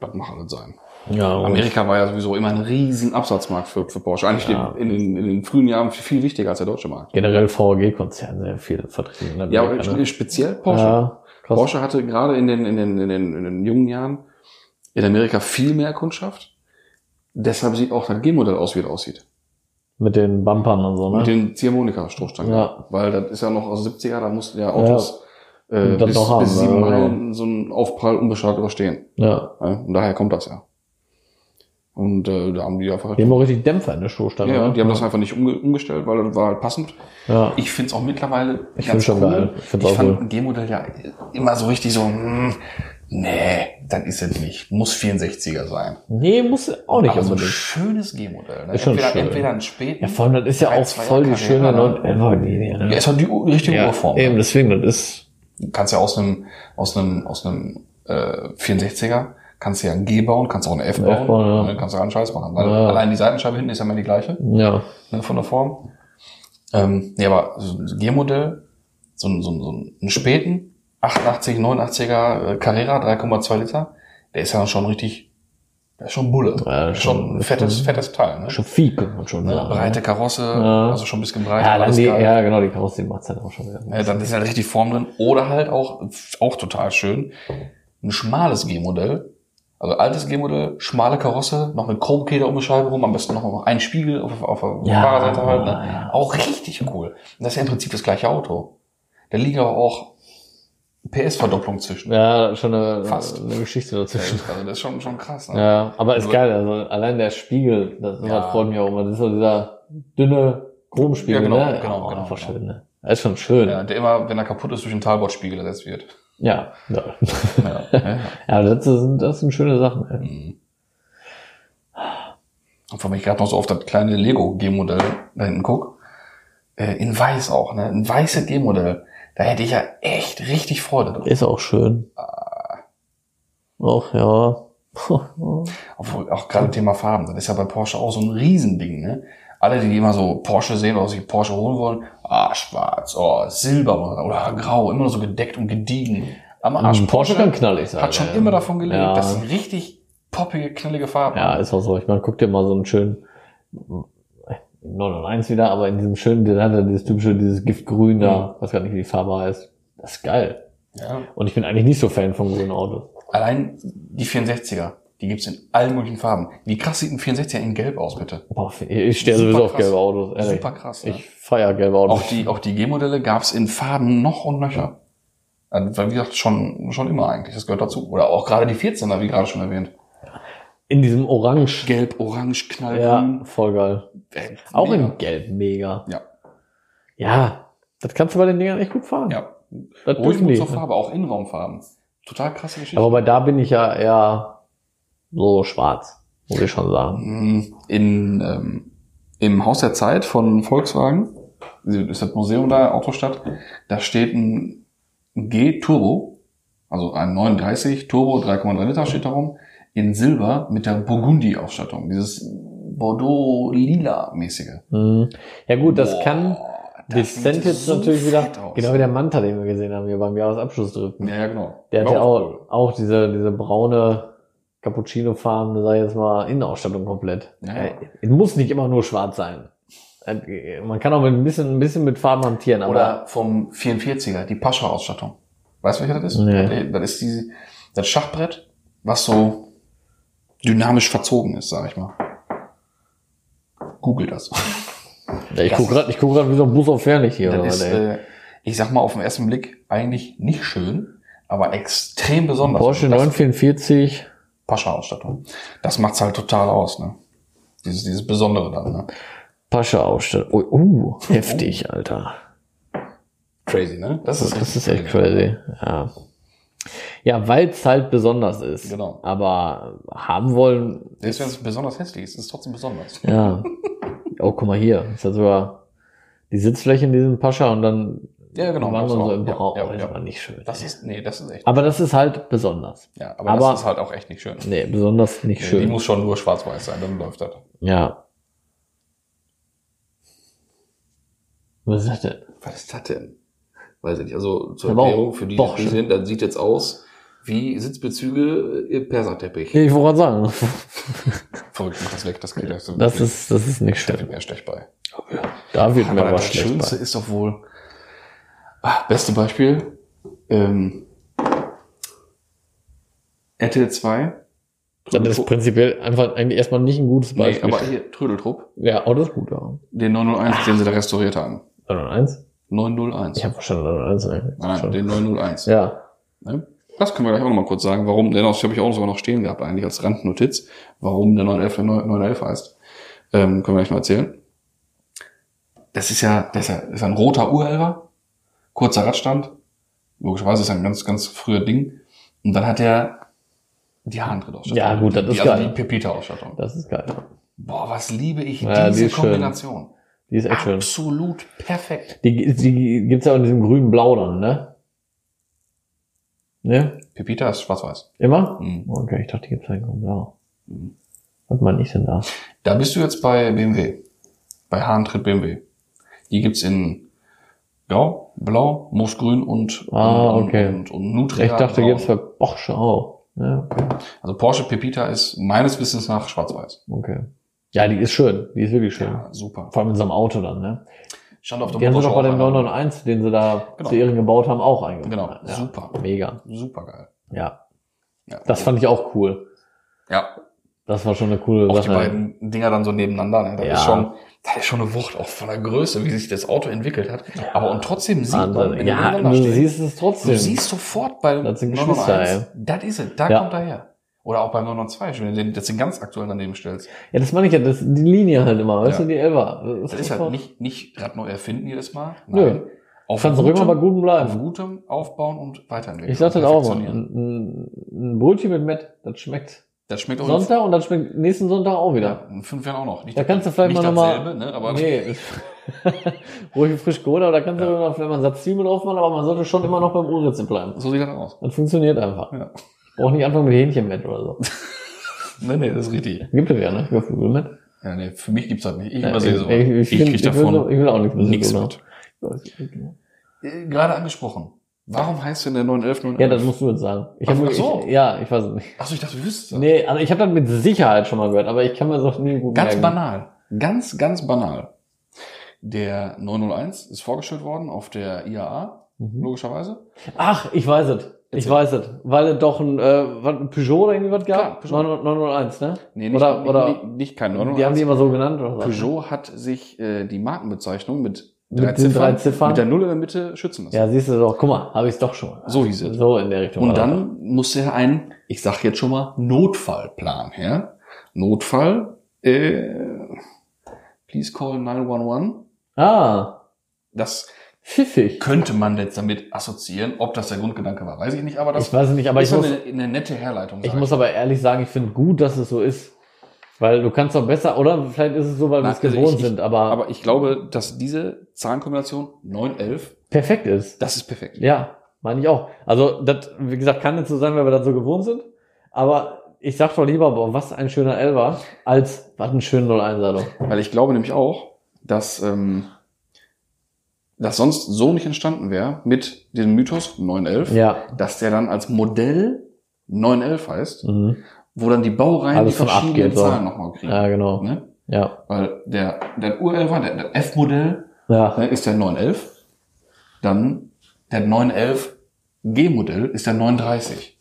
Das mag alles sein.
Ja,
Amerika war ja sowieso immer ein riesen Absatzmarkt für, für Porsche. Eigentlich
Ja.
in, den, in den frühen Jahren viel, viel wichtiger als der deutsche Markt.
generell VW-Konzern sehr viel vertreten. in
Ja,
Amerika,
aber
ne?
speziell Porsche.
Ja, krass.
Porsche hatte gerade in den, in, den, in, den, in den jungen Jahren in Amerika viel mehr Kundschaft. Deshalb sieht auch das G-Modell aus, wie es aussieht.
Mit den Bumpern und so, ne?
Mit den Ziehharmonika-Stoßstangen.
Ja.
Weil das ist ja noch aus den 70er, da mussten ja Autos Äh,
Und das
bis,
noch haben,
bis sieben
ja, genau.
Meilen so einen Aufprall unbeschadet überstehen.
ja.
Ja, und daher kommt das ja. Und äh, da haben die einfach.
Die haben auch richtig Dämpfer in der Stoßstange.
ja,
ne?
die haben das einfach nicht umge umgestellt, weil das war halt passend.
Ja.
Ich find's auch mittlerweile
Ich find's schon geil. Ich
Ich,
find's auch
fand
cool.
ein G-Modell ja immer so richtig so, hm, nee, dann ist es nicht. Muss 64er sein.
Nee, muss auch nicht
Aber so ein
unbedingt.
schönes G-Modell. Ne?
Ist schon
entweder,
schön.
entweder ein späten.
Ja, vor allem, das ist ja
Drei,
auch
zwei
voll die
Jahre
schöne
Karriere,
911er-Linie, ne?
Ja, ist halt die Ur- richtige Urform.
eben, deswegen, das ist...
Du kannst ja aus einem, aus einem, aus einem äh, 64er, kannst du ja ein G bauen, kannst auch eine F bauen,
F bauen, ja.
ne, kannst du einen Scheiß machen. Weil
Ja.
allein die Seitenscheibe hinten ist ja immer die gleiche
Ja.
ne, von der Form. Ähm, nee, aber so ein G-Modell, so, ein- so, ein- so ein- einen späten 88, 89er äh, Carrera, 3,2 Liter, der ist ja schon richtig, der ist schon Bulle.
Ja,
Der ist schon ein fettes, fettes Teil. Ne?
Schon viel, kann man schon
ne?
sagen.
Breite Karosse,
Ja.
also schon ein bisschen breiter.
Ja,
aber
dann
das
die,
Teil-
ja, genau, die Karosserie macht's halt auch schon wieder.
ja, dann ist halt richtig Form drin. Oder halt auch, auch total schön, ein schmales G-Modell. Also altes G-Modell, schmale Karosse, noch mit Chromkeder um die Scheibe rum, am besten noch ein Spiegel auf, auf der
Ja,
Fahrerseite halt. Ne?
ja.
Auch richtig cool. Und das ist ja im Prinzip das gleiche Auto. Da liegen aber auch PS-Verdopplung zwischen.
Ja, schon eine,
Fast.
eine Geschichte dazwischen.
Also das ist schon, schon krass. Ne?
Ja, aber ist
Nur-
geil. Also allein der Spiegel, das sowas
Ja.
freut mich auch immer. Das ist so dieser dünne Chromspiegel,
Ja, genau,
ne?
genau,
oh,
genau,
Einfach
genau.
schön, ne? Das ist schon schön.
Ja,
Ja.
der immer, wenn er kaputt ist, durch den Talbot-Spiegel ersetzt wird.
Ja,
Ja, ja.
ja das, sind, das sind schöne Sachen. Ey.
Mhm. Und wenn ich gerade noch so auf das kleine Lego-G-Modell da hinten guck, äh, in weiß auch, ne? Ein weißes G-Modell. Da hätte ich ja echt richtig Freude dran.
Ist auch schön.
Ah.
Ach ja.
Obwohl auch gerade Thema Farben, das ist ja bei Porsche auch so ein Riesending, ne? Alle, die immer so Porsche sehen oder sich Porsche holen wollen, ah, schwarz, oh, silber oder grau, immer nur so gedeckt und gediegen. Am Arsch.
Mhm, Porsche kann knallig sein,
Hat schon
ja.
immer davon gelebt,
Ja.
dass sie richtig poppige, knallige Farben
Ja, ist auch so. Ich meine, guck dir mal so einen schönen 991 wieder, aber in diesem schönen, der hat ja dieses typische, dieses Giftgrün da,
Mhm.
weiß gar nicht, wie die Farbe heißt. Das ist geil.
Ja.
Und ich bin eigentlich nicht so Fan von grünen Autos.
Allein die 64er, die gibt's in allen möglichen Farben. Wie krass sieht ein 64er in Gelb aus, bitte?
Boah, ich stehe
Super
sowieso auf
krass.
gelbe Autos. Ehrlich.
Super krass, ne?
Also Ich feier gelbe Autos.
Auch die, auch die G-Modelle gab's in Farben noch und nöcher. Also, Weil, wie gesagt, schon, schon immer eigentlich. Das gehört dazu. Oder auch gerade die 14er, wie gerade schon erwähnt.
in diesem Orange.
Gelb, Orange,
Ja,
Knallgrün.
voll geil.
Äh,
Auch
um. mega.
in Gelb, mega.
Ja.
Ja, das kannst du bei den Dingern echt gut fahren.
Ja. Ruhig
das dürfen
Mut
die.
zur Farbe, auch Innenraumfarben. Total krasse Geschichte.
Aber bei da bin ich ja eher so schwarz, muss ich schon sagen.
in, ähm, im Haus der Zeit von Volkswagen, ist das Museum da, Autostadt, da steht ein G Turbo, also ein 39 Turbo, 3,3 Liter steht da rum, in Silber mit der Burgundi-Ausstattung, dieses Bordeaux-Lila-mäßige.
Hm. Ja gut, das kann
das
dezent
sieht
jetzt
so
natürlich
fett
wieder,
aus.
genau wie der Manta, den wir gesehen haben hier beim Jahresabschlussdriften.
Ja, ja, genau.
Der hat
War
ja
cool.
auch, auch diese, diese braune Cappuccino-farbene, sag ich jetzt mal, Innenausstattung komplett.
Ja.
Äh, Es muss nicht immer nur schwarz sein. Äh, Man kann auch mit ein bisschen, ein bisschen mit Farben hantieren, aber
Oder vom 44er, die Pascha-Ausstattung. Weißt du, welcher das ist?
Nee.
Das ist die, das Schachbrett, was so dynamisch verzogen ist, sag ich mal. Google das.
ich
das
guck
ist-
grad, ich guck grad wie so ein Bus auf Fährlich hier.
das
Oder
ist,
was, ey.
äh, ich sag mal, auf den ersten Blick eigentlich nicht schön, aber extrem besonders.
Porsche
Und das-
944.
Pascha-Ausstattung. Das macht's halt total aus, ne? Dieses, dieses Besondere dann, ne?
Pascha ausstattung Oh, uh, heftig, Alter.
Crazy, ne?
Das ist, das ist echt crazy. Ja, ja weil es halt besonders ist.
Genau.
Aber haben wollen,
Selbst wenn es besonders hässlich ist, ist es trotzdem besonders.
ja. oh, guck mal hier. Ist ja sogar die Sitzfläche in diesem Pascha und dann
Ja, genau,
waren wir
das
so
auch.
im
Ja,
Braun.
ja,
Oh, das
ja.
war nicht schön.
Das
ey.
ist, nee, das ist echt.
aber das ist halt besonders.
Ja, aber,
Aber-
das ist halt auch echt nicht schön.
Nee, besonders nicht
Die
schön.
muss schon nur schwarz-weiß sein, dann läuft das.
Ja. Was ist das denn?
Was ist das denn? Weiß ich nicht. Also zur
Aber auch
Erklärung für die, die
Porsche.
das sehen, das sieht jetzt aus wie Sitzbezüge im Perserteppich.
Ich wollte gerade sagen,
Verrückt, mach das weg, das geht das,
das ist, das ist nicht
Steffi
schön.
mehr schlecht bei.
Da wird mir
Aber
aber
das
schlecht.
Schönste
bei.
ist doch wohl. Ah, beste Beispiel. Ähm, RTL 2.
Das ist prinzipiell einfach eigentlich erstmal nicht ein gutes
nee,
Beispiel.
aber hier, Trödeltrupp,
Ja, oh, das ist gut, ja.
den 901, den sie da restauriert haben.
901?
901.
Ich habe schon 901. Nein,
Nein, nein, den 901.
Ja.
Ne? Das können wir gleich auch nochmal kurz sagen, warum, denn das habe ich auch sogar noch stehen gehabt, eigentlich als Randnotiz, warum der 911 der 9- 911 heißt. Ähm, können wir gleich mal erzählen. Das ist ja, das ist ja, das ist ja ein roter Urhelfer, kurzer Radstand, logischerweise ist ja ein ganz, ganz früher Ding. Und dann hat er die Harntrittausstattung.
Ja, gut, das
die,
ist
also
geil.
Die Pepita-Ausstattung.
Das ist geil. ja.
Boah, was liebe ich
Ja, die
diese
ist schön.
Kombination.
Die ist
Ah.
echt schön.
Absolut perfekt.
Die, die gibt's ja auch in diesem grünen Blau dann, ne? Ne?
Pepita ist schwarz-weiß.
Immer?
Mhm.
Okay, ich dachte, die gibt's ja in grün Blau.
Mhm.
Was meine ich denn da?
Da bist du jetzt bei BMW. Bei Hahn-Tritt BMW. Die gibt's in Grau, Blau, Moosgrün und,
Ah,
und,
okay.
und, und Nutria.
Ich dachte, die
Braun.
gibt's bei Porsche auch. ne? Ja, okay.
Also Porsche Pepita ist meines Wissens nach schwarz-weiß.
okay. Ja, die ist schön. Die ist wirklich schön.
Ja, super.
Vor allem in so einem Auto dann, ne?
Stand auf der
Die haben sie doch bei dem
einmal.
991, den sie da
Genau.
zu Ehren gebaut haben, auch eingebaut.
Genau,
Ja.
super.
Mega.
Super geil.
Ja.
Ja.
Das fand ich auch cool.
ja,
Das war schon eine coole
auch die
Sache.
beiden Dinger dann so nebeneinander. Ne? Das,
Ja.
ist schon, das ist schon eine Wucht, auch von der Größe, wie sich das Auto entwickelt hat. Aber und trotzdem sieht man,
Wahnsinn.
wenn die
Ja,
nebeneinander
du
stehen,
siehst es trotzdem.
Du siehst sofort bei
Das sind Geschwister,
991, das ist es, da
Ja.
kommt er her. Oder auch bei 992, wenn du den, jetzt den ganz aktuellen daneben stellst.
ja, das meine ich ja, das, die Linie halt immer, weißt
Ja.
du, die Elva.
Das ist halt nicht, nicht Rad neu erfinden jedes Mal.
Nö.
Auf
Ich fand's auch immer bei gutem
auf
bleiben.
gutem aufbauen und weiterentwickeln.
Ich sag das
und
auch mal.
perfektionieren.
Ein, ein ein Brötchen mit Mett, das schmeckt
Das schmeckt auch
Sonntag und das schmeckt nächsten Sonntag auch
in,
wieder.
ja, in fünf Jahren auch noch. Nicht,
Da
das-
kannst du vielleicht
nicht
mal nochmal-
dasselbe, Ne, aber
Nee. Ruhig frisch Cola, aber da kannst du immer noch vielleicht mal einen Satz Zwiebeln drauf machen, aber man sollte schon immer noch beim Urrezept bleiben.
so sieht das aus.
Das funktioniert einfach.
Ja.
Brauch nicht anfangen mit Hähnchenmett oder so.
Nee, nee, das ist richtig.
Gibt es ja, ne? Geflügelmett.
Ja, nee, für mich gibt's das nicht. Ich
Ja,
übersehe
ich-
so.
ich- ich find-
krieg
ich will so- ich will auch nichts mit so
nichts
genau.
mit. Äh, Gerade angesprochen. Warum heißt denn der 911 911?
Ja, das musst du jetzt sagen. Ich
Ach
hab,
so.
ich, ja, ich weiß es nicht.
Achso, ich dachte, du wüsstest das.
Nee, also ich habe das mit Sicherheit schon mal gehört, aber ich kann mir das auch nie gut
Ganz
merken.
banal. Ganz, ganz banal. Der 901 ist vorgestellt worden auf der IAA,
Mhm.
logischerweise.
Ach, ich weiß es. Ich weiß es. Weil es doch ein, äh, was, ein Peugeot oder irgendwie was
Klar,
gab.
Peugeot.
901, ne?
Nee, nicht,
oder,
nicht,
oder
nicht, nicht kein
die haben die
901.
immer so genannt oder was?
Peugeot hat sich äh, die Markenbezeichnung mit
Mit den drei Ziffern?
mit der Null in der Mitte schützen lassen.
Ja, siehst du doch. Guck mal, habe ich doch schon mal.
So hieß es.
So in der Richtung.
Und
war das.
dann musste er einen, ich sag jetzt schon mal, Notfallplan her. Notfall, äh, please call 911.
Ah,
Das
pfiffig.
Könnte man jetzt damit assoziieren, ob das der Grundgedanke war, weiß ich nicht, aber das
Ich weiß es nicht, aber ich
ist
muss,
eine, eine nette Herleitung.
ich
sag
muss aber ehrlich sagen, ich finde gut, dass es so ist. Weil du kannst doch besser, oder vielleicht ist es so, weil wir
Na,
es
also
gewohnt
ich- ich-
sind, aber,
Aber ich glaube, dass diese Zahlenkombination 9, 11,
perfekt ist.
das ist perfekt.
Ja, meine ich auch. Also, das, wie gesagt, kann jetzt so sein, weil wir das so gewohnt sind. Aber ich sag doch lieber, boah, was ein schöner Elber, als was ein schöner 01 sei doch.
Weil ich glaube nämlich auch, dass ähm, das sonst so nicht entstanden wäre mit diesem Mythos 911,
Ja.
dass der dann als Modell 911 heißt,
Mhm.
wo dann die Baureihen
Alles
die
von
verschiedenen
abgeht, so.
Zahlen nochmal kriegen.
Ja, genau.
Ne?
Ja.
Weil der, der Ur-11er, der, der F-Modell,
Ja.
ne, ist der 911. Dann der 911 G-Modell ist der 930.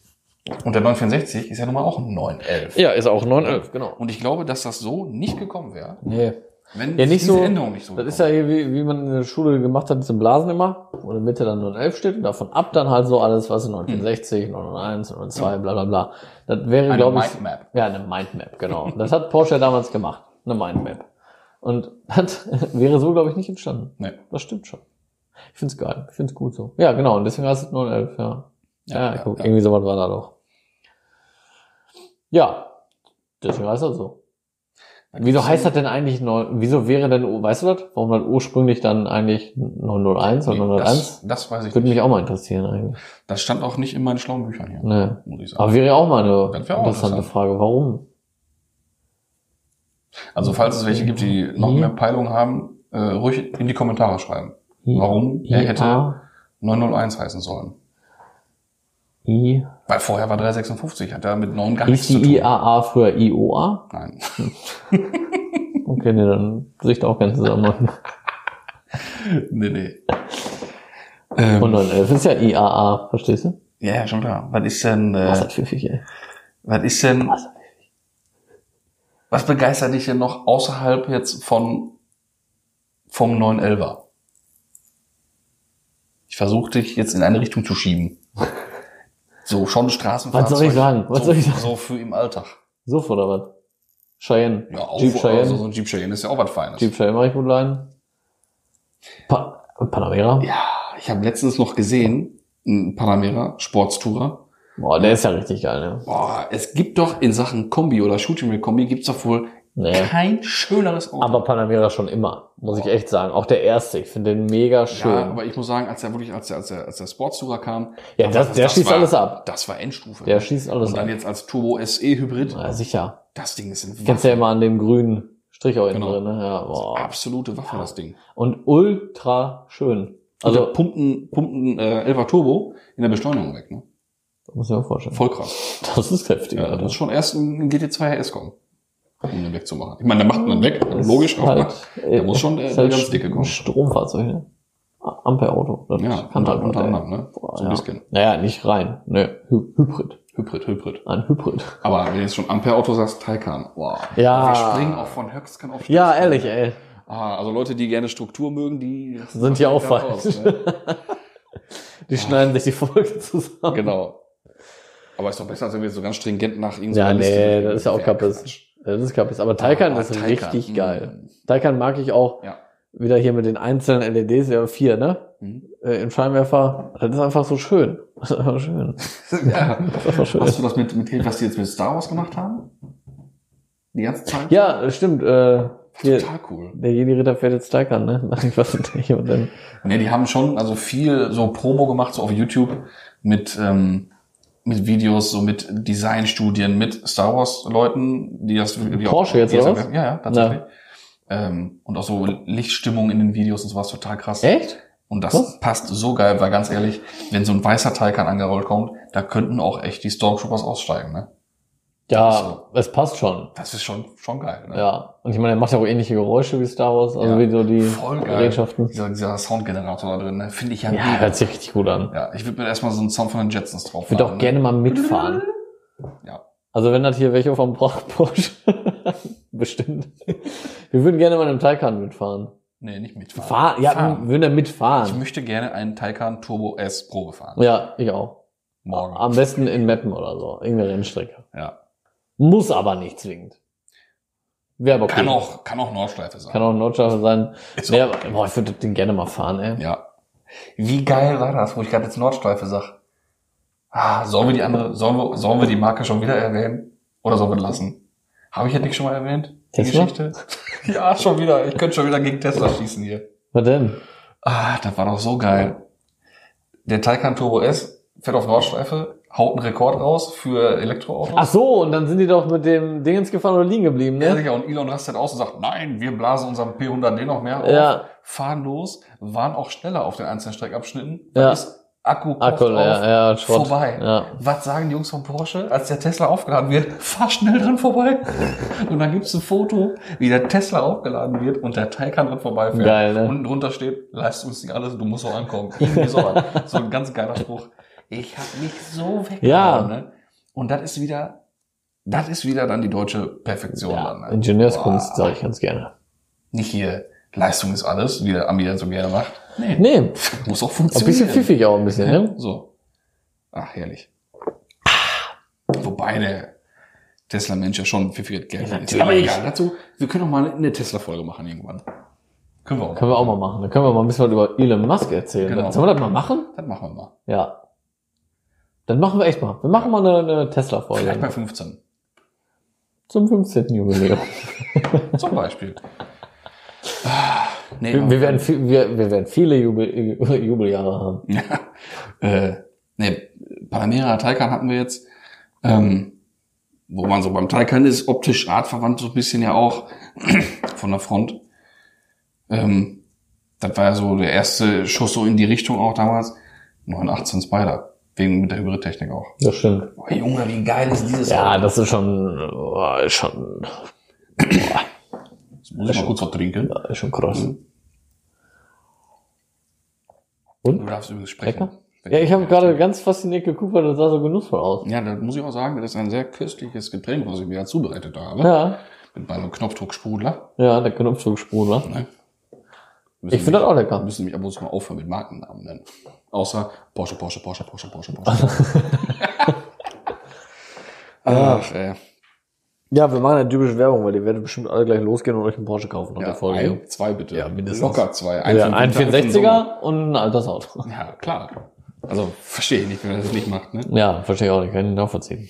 Und der 964 ist ja nun mal auch ein 911.
Ja, ist auch 911, genau.
Und ich glaube, dass das so nicht gekommen wäre,
Nee.
wenn
Ja, nicht
diese
so-
Änderung nicht so
Das ist ja
gekommen
hier, wie, wie man in der Schule gemacht hat, diese Blasen immer, wo in der Mitte dann 911 steht und davon ab dann halt so alles, was in 1960, 901, 902, bla bla bla. Das wäre,
Eine
glaube ich,
Mindmap.
ja, eine Mindmap, genau. Das hat Porsche ja damals gemacht, eine Mindmap. Und das wäre so, glaube ich, nicht entstanden.
Nee.
Das stimmt schon. Ich find's geil, ich find's gut so. Ja, genau, und deswegen heißt es 911, ja. Ja,
Ja, ja,
guck,
ja.
irgendwie sowas war da doch. Ja, deswegen heißt das so. Wieso heißt das denn eigentlich, neu- wieso wäre denn, weißt du das, warum das ursprünglich dann eigentlich 901 oder
Nee,
901?
das, das weiß ich
Würde
nicht.
mich auch mal interessieren eigentlich.
Das stand auch nicht in meinen schlauen Büchern hier,
Ne.
muss ich sagen.
Aber wäre ja auch mal eine
Das
interessante
wäre auch interessant.
Frage, warum?
Also falls es welche gibt, die noch
Mhm.
mehr Peilung haben, äh, ruhig in die Kommentare schreiben. Warum er
I-
hätte- 901 heißen sollen.
I,
Weil vorher war 356, hat er mit 9 gar nichts
ist
zu
die
tun.
IAA früher IOA?
Nein.
Okay, nee, dann Sicht auch ganz zusammen.
nee, nee. Ähm,
Und 911 ist ja IAA, verstehst du?
ja, ja, schon klar. Was ist denn,
Was
äh,
hat pfiffig, ey.
was ist denn,
Was
was begeistert dich denn noch außerhalb jetzt von, vom 911er? Ich versuche dich jetzt in eine Richtung zu schieben. So, schon Straßenfahrzeug.
Was soll ich sagen? Was
so,
soll ich sagen?
So für im Alltag.
Suff oder was? Cheyenne.
Ja, auch
Jeep
Jeep
Cheyenne.
also so ein Jeep Cheyenne ist ja auch was Feines.
Jeep Cheyenne mache ich gut leiden. Pa Panamera?
Ja, ich habe letztens noch gesehen, ein Panamera, Sportstourer.
Boah, der ist ja richtig geil, ne?
Boah, es gibt doch in Sachen Kombi oder Shooting Rail Kombi gibt's doch wohl
Nee.
kein schöneres Auto.
Äh, Aber Panamera schon immer, muss ich echt sagen. Auch der erste, ich finde den mega schön.
ja,
Ja,
aber ich muss sagen, als der wirklich, als der, als der, als der Sportstourer kam,
das, der schießt
war,
alles ab.
Das war Endstufe.
Der schießt alles
Und dann
ab.
jetzt als Turbo SE Hybrid,
Ja, sicher.
das Ding ist ein
Kennst du ja immer an dem grünen Strich auch innen
Genau.
drin, ne? Ja, boah.
absolute Waffe, das Ding.
Und ultra schön.
Also
Also,
pumpen, pumpen äh, 11er Turbo in der Beschleunigung weg, ne?
muss ich mir vorstellen.
Voll krass.
Das ist heftig,
Ja,
Alter.
das ist schon erst ein GT2 RS kommen, um den wegzumachen. Ich meine, der macht man weg, logisch, ne?
Ist
aber
Halt,
der muss schon, äh,
ist
der ganz dicke kommen.
Stromfahrzeug, ne? A- Ampereauto. Das
ja,
kann
unter,
halt
unter
ey.
anderem, ne?
Boah,
So ein
ja.
bisschen.
Naja, nicht rein. Ne, Hy Hybrid.
Hybrid, Hybrid.
Ein Hybrid.
Aber wenn du jetzt schon Ampere-Auto sagst, Taycan. Wow.
Ja.
Wir springen auch von Höchstkan auf
Ja,
Stöckskan.
ehrlich, ey.
Ah, also Leute, die gerne Struktur mögen, die rasten
Sind ja auch
komplett
falsch.
aus, ne?
Die schneiden sich die Folge zusammen.
Genau. Aber ist doch besser, als wenn wir so ganz stringent nach ihnen
Ja, nee, das ist ja auch kaputt. Das ist kaputt. Aber Taycan
Ah,
ist
Taycan,
richtig
mm.
geil. Taycan mag ich auch.
Ja.
Wieder hier mit den einzelnen LEDs, ja, vier, ne?
Mhm.
Äh, Im Scheinwerfer. Das ist einfach so schön. Das ist einfach schön.
ja.
Das ist einfach schön.
Hast du das mit, mit was die jetzt mit Star Wars gemacht haben? Die ganze Zeit?
Ja, äh, stimmt. Äh, hier,
Total cool.
der Jedi-Ritter fährt jetzt Taycan, ne? Ich weiß nicht, und dann
Ne,
Mhm.
die haben schon also viel so Promo gemacht, so auf YouTube mit, ähm, mit Videos, so mit Designstudien, mit Star Wars-Leuten, die das die
Porsche jetzt,
die
oder
das-
was?
Ja, ja, tatsächlich. Ähm, und auch so Lichtstimmung in den Videos und sowas total krass.
Echt?
Und das
Was?
passt so geil, weil ganz ehrlich, wenn so ein weißer Taycan angerollt kommt, da könnten auch echt die Stormtroopers aussteigen, ne?
Ja, es passt schon.
Das ist schon, schon geil, ne?
Ja. Und ich meine, er macht ja auch ähnliche Geräusche wie Star Wars, also
Ja.
wie so die
Voll geil.
Gerätschaften.
Dieser, dieser Soundgenerator da drin, ne? finde ich ja,
Ja,
mega.
hört sich richtig gut an.
ja, ich würde mir erstmal so einen Sound von den Jetsons drauf ne?
Ich würde auch gerne mal mitfahren.
Ja.
Also wenn das hier welche vom Bra- Porsche bestimmt. Wir würden gerne mal in einem Taycan mitfahren.
Nee, nicht mitfahren.
Fahr ja, wir
fahren.
würden da
Ich
mitfahren.
möchte gerne einen Taycan Turbo S Probe fahren.
Ja, ich auch.
Morgen.
Am besten in Meppen oder so, irgendeine Rennstrecke.
Ja.
Muss aber nicht zwingend. Wäre aber cool.
Kann auch, kann auch Nordschleife sein.
Kann auch ein Nordschleife sein.
Ist
Nee,
auch-
aber, boah, ich würde den gerne mal fahren, ey.
Ja. Wie geil war das, wo ich gerade jetzt Nordschleife sag? Ah, sollen wir die andere, sollen wir, sollen wir die Marke schon wieder erwähnen? Oder sollen wir lassen? Habe ich ja nicht schon mal erwähnt? Die
Tesla?
Geschichte? ja, schon wieder. Ich könnte schon wieder gegen Tesla schießen hier.
Was denn?
Ah, das war doch so geil. Der Taycan Turbo S fährt auf Nordschleife, haut einen Rekord raus für Elektroautos.
Ach so, und dann sind die doch mit dem Dingens gefahren oder liegen geblieben,
Ja,
ne?
sicher. Und Elon rastet aus und sagt, nein, wir blasen unserem P100D noch mehr auf,
Ja.
fahren los, waren auch schneller auf den einzelnen Streckabschnitten.
Ja.
Da ist Akku, kocht
Akku,
auf,
Ah, ja, ja, Schrott.
vorbei.
Ja.
Was sagen die Jungs von Porsche, als der Tesla aufgeladen wird? Fahr schnell dran vorbei. Und dann gibt's ein Foto, wie der Tesla aufgeladen wird und der Taycan dran vorbeifährt.
Geil, ne?
Unten drunter steht, leistungsdienst alles, du musst auch ankommen. Irgendwie so, was. so ein ganz geiler Spruch. Ich hab mich so weggehauen.
Ja.
Ne? Und das ist wieder, das ist wieder dann die deutsche Perfektion. dann,
Ja,
ne?
Ingenieurskunst
Boah.
sage ich ganz gerne.
Nicht hier, Leistung ist alles, wie der Ami das so gerne macht. Nee,
Nee,
muss auch
ein
funktionieren.
bisschen pfiffig auch ein bisschen, ne?
So. Ach, herrlich. Wobei der Tesla-Mensch ja schon für viel Geld
Ja,
Aber
natürlich.
egal, dazu, wir können auch mal eine Tesla-Folge machen irgendwann. Können wir auch.
Können wir auch mal machen. Dann können wir mal ein bisschen was über Elon Musk erzählen.
Genau.
Sollen wir das mal machen?
Das machen wir mal.
Ja. Dann machen wir echt mal. Wir machen mal eine, eine
Vielleicht bei
Tesla-Folge.
15.
Zum 15. Jubiläum.
Zum Beispiel. Ah, nee,
Wir, wir, werden, viel, wir, wir werden viele Jubel, Jubeljahre haben.
Ja. Äh, nee, Panamera Taycan hatten wir jetzt. Ähm, wo man so beim Taycan ist, optisch artverwandt so ein bisschen ja auch von der Front. Ähm, das war ja so der erste Schuss so in die Richtung auch damals. 918 Spider. Wegen mit der Hybridtechnik auch.
Das stimmt.
Boah, Oh, Junge, wie geil ist dieses
Ja,
Auto?
das ist schon, oh, ist schon,
Jetzt muss ich mal kurz was trinken.
ja, ist schon krass. Und?
Du darfst übrigens sprechen.
Lecker? Ja, ich habe gerade ganz fasziniert geguckt, weil das sah so genussvoll aus.
Ja, da muss ich auch sagen, das ist ein sehr köstliches Getränk, was ich mir da zubereitet habe.
Ja,
Mit meinem Knopfdrucksprudler.
ja, der Knopf so gesprungen war.
Ne?
Ich finde das auch lecker.
müssen mich ab und zu mal aufhören mit Markennamen nennen. Außer Porsche, Porsche, Porsche, Porsche, Porsche, Porsche. Ach, ey.
Ja, wir machen eine typische Werbung, weil ihr werdet bestimmt alle gleich losgehen und euch einen Porsche kaufen nach
Ja,
der Folge.
ein, zwei bitte.
Ja, mindestens.
Locker zwei.
Ein, ja, ein
für den Winter, einen für den
64er und ein altes Auto.
Sommer. Ja, klar. Also, verstehe ich nicht, wenn man das nicht macht, ne?
Ja, verstehe ich auch nicht, kann ich nicht nachvollziehen.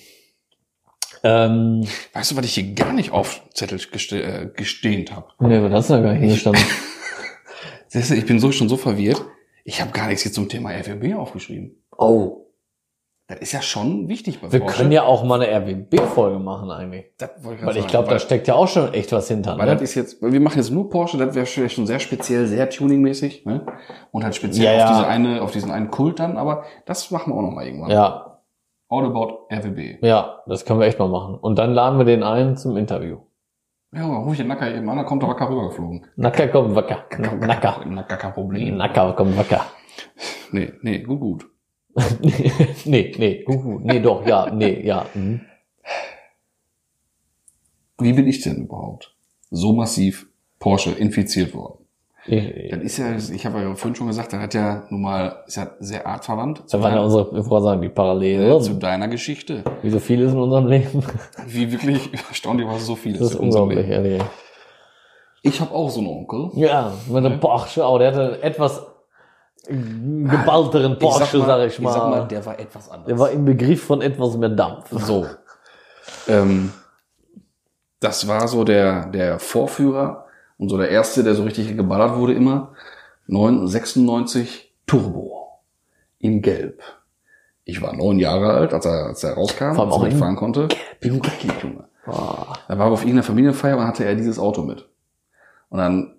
Ähm,
Weißt du, was ich hier gar nicht auf Zettel geste äh, gestehnt habe?
nee, was hast du da gar nicht hingestanden?
Siehst du, ich bin so schon so verwirrt. Ich habe gar nichts hier zum Thema FMB aufgeschrieben.
Oh.
Das ist ja schon wichtig bei
Wir
Porsche.
können ja auch mal eine RWB-Folge machen eigentlich.
Das wollte
Weil
gerade
ich
sagen,
glaube,
weil-
da steckt ja auch schon echt was hinter.
Weil das
Ne?
ist jetzt, weil wir machen jetzt nur Porsche, das wäre schon sehr speziell, sehr tuningmäßig, ne? Und halt speziell
Ja,
auf
ja.
diese eine, auf diesen einen Kult dann, aber das machen wir auch nochmal irgendwann.
Ja,
All about RWB.
ja, das können wir echt mal machen. Und dann laden wir den ein zum Interview.
Ja, ruf ich den Nacker eben an, dann kommt der Wacker rübergeflogen.
Nacker, komm, wacker. Nacker.
Nacker, kein Problem.
Nacker, komm, wacker.
Nee, nee, gut, gut.
nee, nee, gut, gut. Nee, doch, ja, nee, ja. Mhm.
Wie bin ich denn überhaupt so massiv Porsche infiziert worden?
Ich,
Das ist ja, ich habe ja vorhin schon gesagt, das hat ja nun mal, ist ja sehr artverwandt.
da waren ja unsere, ich wollte sagen, die
zu
Parallelen.
deiner Geschichte.
Wie so viel ist in unserem Leben.
Wie wirklich erstaunlich, was so viel
Das ist
in unserem
unglaublich,
Leben.
ehrlich.
Ich habe auch so einen Onkel.
Ja, mit einem Porsche, aber der hatte einen etwas geballteren
Ich
Porsche, sag, ich mal.
Ich sag mal, der war etwas anders.
der war im Begriff von etwas mehr Dampf.
so. ähm, das war so der, der Vorführer und so der erste, der so richtig geballert wurde immer. 996 Turbo. In Gelb. Ich war neun Jahre alt, als er, als er rauskam,
Vor allem
als
auch
ich
in
fahren konnte. Gelb. Junge.
Ah,
Da war er auf irgendeiner Familienfeier und hatte er dieses Auto mit. Und dann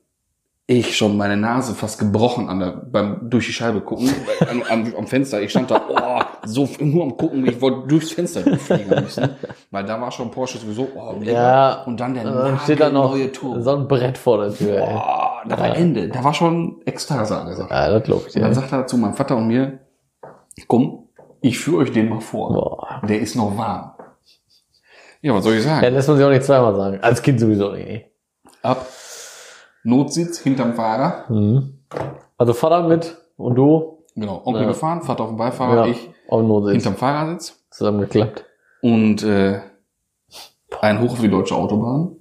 ich schon meine Nase fast gebrochen an der, beim durch die Scheibe gucken, weil an, am, am Fenster. Ich stand da, oh, so f- nur am gucken, ich wollte durchs Fenster fliegen am liebsten, weil da war schon Porsche sowieso. Oh, mega.
Ja,
und dann der
und dann steht da noch
neue Turbo.
so ein Brett vor der Tür.
oh,
Ey.
da war Ende, da war schon Ekstase angesagt.
Ja, das glaub ich
Und dann
dir.
sagt er zu meinem Vater und mir, komm, ich führe euch den mal vor.
Boah.
Der ist noch warm. Ja, was soll ich sagen?
Ja, lässt man sich auch nicht zweimal sagen. Als Kind sowieso nicht.
ab. Notsitz hinterm Fahrer.
Mhm. Also Vater mit und du
Genau, Onkel
Ja.
gefahren, Vater auf dem Beifahrer,
ja,
ich
auf dem Notsitz
hinterm Fahrersitz.
zusammengeklappt.
Und äh, ein Hoch auf die deutsche Autobahn.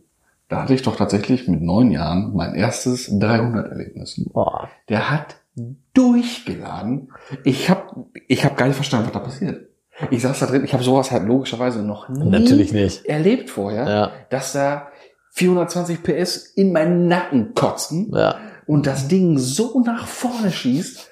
Da hatte ich doch tatsächlich mit neun Jahren mein erstes 300-Erlebnis.
Boah.
Der hat durchgeladen. Ich habe ich hab gar nicht verstanden, was da passiert. Ich saß da drin, ich habe sowas halt logischerweise noch nie
Natürlich nicht.
erlebt vorher,
Ja,
dass da 420 PS in meinen Nacken kotzen
ja.
und das Ding so nach vorne schießt.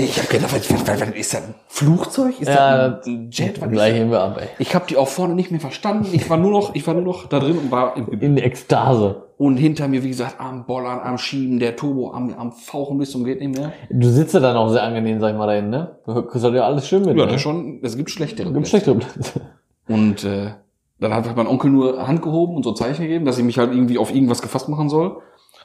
Ich habe gedacht, was, was, was, was, ist das ein Flugzeug? Ist
Ja,
das ein Jet? Was ist
Gleich
das?
heben wir ab, ey.
Ich habe die auch vorne nicht mehr verstanden. Ich war nur noch, ich war nur noch da drin und war im, im,
In Ekstase.
und hinter mir, wie gesagt, am Bollern, am Schieben, der Turbo am, am Fauchen bis zum geht nicht mehr.
Du sitzt ja dann auch sehr angenehm, sag ich mal, da hinten, ne? Du kriegst halt ja alles schön mit.
Ja,
ne?
das schon, es gibt schlechtere.
Im Steckdosen.
Und äh, dann hat mein Onkel nur Hand gehoben und so ein Zeichen gegeben, dass ich mich halt irgendwie auf irgendwas gefasst machen soll.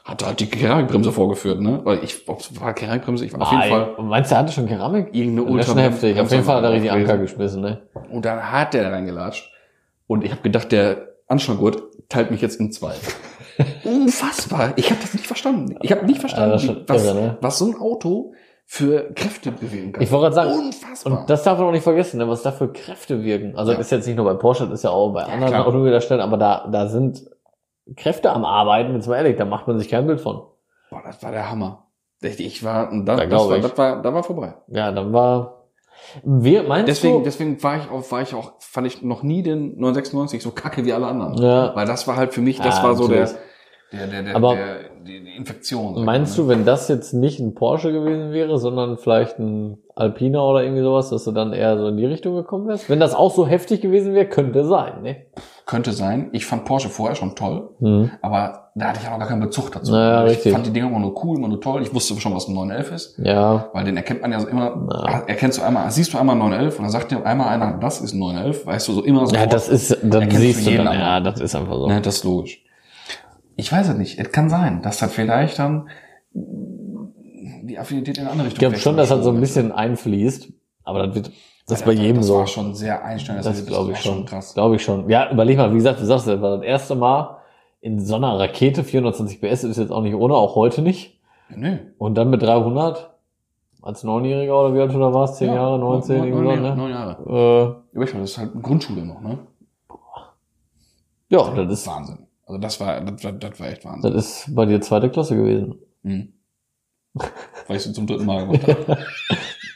Hat halt die Keramikbremse vorgeführt, ne? Weil ich, ob es war Keramikbremse, ich war auf jeden Fall
Ah, Meinst du, er hatte schon Keramik?
irgendeine
Das ist schon
Ultra-
heftig. Auf
Bremse
jeden Fall hat er richtig
gewesen.
Anker geschmissen, ne?
Und dann hat der da reingelatscht. Und ich habe gedacht, der Anschlaggurt teilt mich jetzt in zwei. Unfassbar. Ich habe das nicht verstanden. Ich habe nicht verstanden,
das ist schon
wie, was,
irre, ne?
was so ein Auto für Kräfte bewegen kann.
Ich wollte gerade sagen,
Unfassbar.
und das darf man auch nicht vergessen, ne, was da für Kräfte wirken. Also
Ja.
ist jetzt nicht nur bei Porsche, das ist ja auch bei anderen
klar.
Automobilherstellern, aber da, da sind Kräfte am Arbeiten, jetzt mal ehrlich, da macht man sich kein Bild von.
Boah, das war der Hammer. Ich, ich war, und das,
Da
das,
glaub
war,
ich.
das war, da war vorbei.
Ja, dann war, wir, meinst
Deswegen,
du?
deswegen war ich auch, war ich auch, fand ich noch nie den 996 so kacke wie alle anderen.
Ja.
Weil das war halt für mich, das
Ja,
war so der,
natürlich.
der, der, der,
Aber
der, die die Infektion. sag ich
Meinst
mal, ne?
du, wenn das jetzt nicht ein Porsche gewesen wäre, sondern vielleicht ein Alpina oder irgendwie sowas, dass du dann eher so in die Richtung gekommen wärst? Wenn das auch so heftig gewesen wäre, könnte sein, ne?
ne? Könnte sein. Ich fand Porsche vorher schon toll.
Hm.
Aber da hatte ich auch noch gar keinen Bezug dazu. Also
Naja,
ich
richtig.
fand die Dinger immer nur cool, immer nur toll. Ich wusste schon, was ein 911 ist,
Ja,
weil den erkennt man ja so immer, Ah,
Na.
erkennst du einmal, siehst du einmal 911 und dann sagt dir einmal einer, das ist ein 911, weißt du, so immer so.
ja, das ist, dann
Erkennst Also, du
siehst du
jeden
dann,
anderen.
ja, das ist einfach so.
ne, das ist logisch. Ich weiß es nicht. Es kann sein, dass das vielleicht dann die Affinität in eine andere
Ich
Richtung
glaube schon, dass das so ein
wechselt.
bisschen einfließt, aber das wird, das ist
Ja,
bei jedem
das
so.
war schon sehr einschneidend.
das glaube ich
war
schon.
krass.
Glaube ich schon. Ja, überleg mal, wie gesagt, du sagst, das war das erste Mal in so einer Rakete, 420 PS ist jetzt auch nicht ohne, auch heute nicht.
Nö.
Und dann mit 300 als Neunjähriger oder wie alt du da warst, 10
Ja,
Jahre, 19,
neun,
irgendwie so,
neun,
ne?
neun Jahre.
Äh,
Überleg mal, das ist halt Grundschule noch, ne?
ja, das ist,
Wahnsinn. Also das war, das, das, das war echt Wahnsinn.
das ist bei dir zweite Klasse gewesen.
Mhm. Weil ich so zum dritten Mal gemacht habe.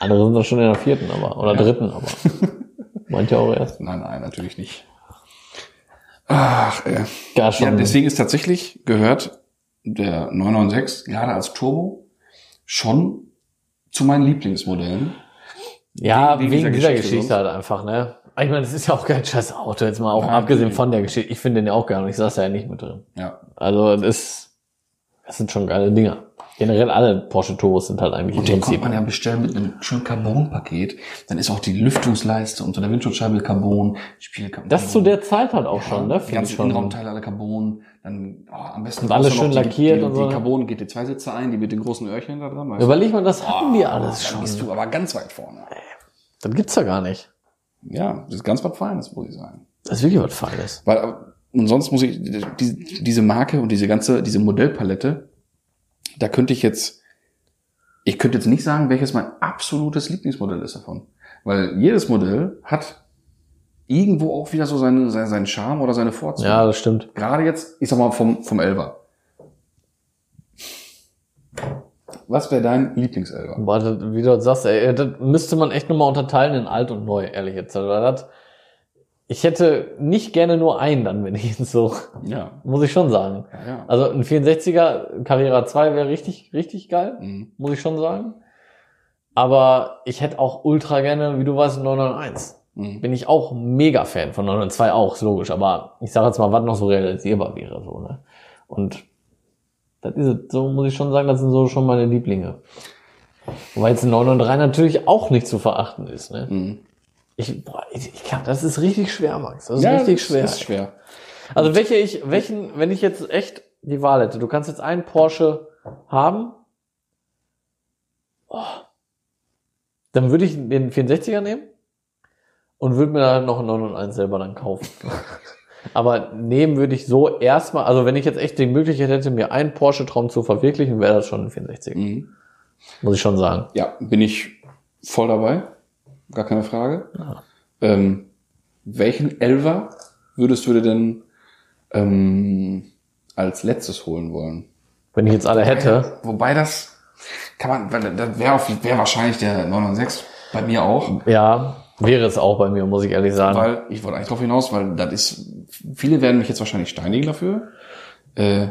Andere sind doch schon in der vierten, aber, oder
Ja.
dritten, aber. Meint ja auch erst.
Nein, nein, natürlich nicht. Ach, äh.
Ja,
ja,
schon.
deswegen ist tatsächlich gehört der 996 gerade als Turbo schon zu meinen Lieblingsmodellen.
Ja,
Wegen-
wegen,
wegen dieser
dieser,
Geschichte
Geschichte,
sonst.
halt einfach, ne? Aber Ich meine, es ist ja auch kein scheiß Auto, jetzt mal auch
Ja,
abgesehen
nee.
von der Geschichte. Ich finde den ja auch geil und ich saß da ja nicht mit drin.
Ja.
Also das, ist, das sind schon geile Dinger. Generell alle Porsche Turbos sind halt eigentlich
Und den konnte man ja bestellen mit einem schönen Carbon-Paket. Dann ist auch die Lüftungsleiste und so der Windschutzscheibe Carbon, Spielcarbon.
das zu der Zeit halt auch schon, ne?
Die
Finde ich
ganzen
schon.
Innenraumteile alle Carbon, dann oh, am besten
Und alles
brauchst du
schön
noch die-
lackiert
die,
und
die,
so,
Die
ne?
Carbon GT2-Sitze ein, die mit den großen Öhrchen da dran. weißt du?
Überleg mal, das hatten die
Ah,
alles
da
schon.
bist du aber ganz weit vorne.
Das gibt's ja gar nicht.
Ja, das ist ganz was Feines, muss ich sagen.
Das ist wirklich was Feines.
Weil, äh, und sonst muss ich, die, diese Marke und diese ganze, diese Modellpalette, da könnte ich jetzt, ich könnte jetzt nicht sagen, welches mein absolutes Lieblingsmodell ist davon. Weil jedes Modell hat irgendwo auch wieder so seine, seine, seinen Charme oder seine Vorzüge.
Ja, das stimmt.
Gerade jetzt, ich sag mal, vom, vom Elber. Was wäre dein Lieblingselber?
Aber das, wie du das sagst, ey, das müsste man echt nochmal unterteilen in alt und neu, ehrlich jetzt. Weil das, ich hätte nicht gerne nur einen dann, wenn ich jetzt so,
Ja.
muss ich schon sagen.
ja, ja.
Also ein 64er Carrera 2 wäre richtig, richtig geil,
Mhm.
muss ich schon sagen. Aber ich hätte auch ultra gerne, wie du weißt, einen 991.
Mhm.
Bin ich auch mega Fan von 992 auch, ist logisch. Aber ich sage jetzt mal, was noch so realisierbar wäre, so, ne? Und das ist es. So muss ich schon sagen, das sind so schon meine Lieblinge. Wobei jetzt ein 993 natürlich auch nicht zu verachten ist, ne?
Mhm.
Ich, boah, ich, ich glaube, das ist richtig schwer, Max. Das ist
Ja,
richtig
das
schwer.
Ist schwer.
Also welche ich, welchen, wenn ich jetzt echt die Wahl hätte, du kannst jetzt einen Porsche haben, oh, dann würde ich den 64er nehmen und würde mir dann noch einen 901 selber dann kaufen. Aber nehmen würde ich so erstmal, also wenn ich jetzt echt die Möglichkeit hätte, mir einen Porsche-Traum zu verwirklichen, wäre das schon ein 64er.
Mhm.
Muss ich schon sagen.
Ja, bin ich voll dabei. Gar keine Frage.
Ja.
Ähm, welchen Elver würdest du dir denn ähm, als letztes holen wollen?
Wenn ich jetzt alle hätte.
Wobei das, Kann man, weil das wäre wär wahrscheinlich der 996 bei mir auch,
Ja, wäre es auch bei mir, muss ich ehrlich sagen.
weil ich wollte eigentlich drauf hinaus, weil das ist, viele werden mich jetzt wahrscheinlich steinigen dafür. Äh,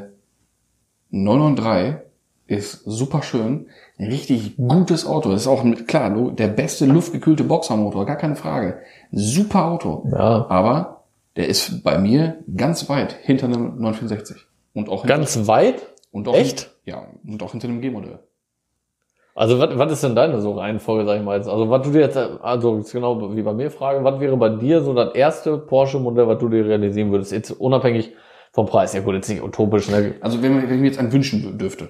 993 ist super schön, ein richtig gutes Auto. Das ist auch mit, klar, lo- der beste luftgekühlte Boxermotor, gar keine Frage. Super Auto.
ja,
Aber der ist bei mir ganz weit hinter einem 964. Und auch hinter,
ganz weit.
und auch
echt?
ja, und auch hinter einem G-Modell.
Also was, was ist denn deine so Reihenfolge, sag ich mal jetzt? Also was du dir jetzt, also ist genau wie bei mir frage, was wäre bei dir so das erste Porsche-Modell, was du dir realisieren würdest? Jetzt unabhängig vom Preis. Ja gut, jetzt nicht utopisch, ne?
Also wenn, man- wenn ich mir jetzt einen wünschen dürfte.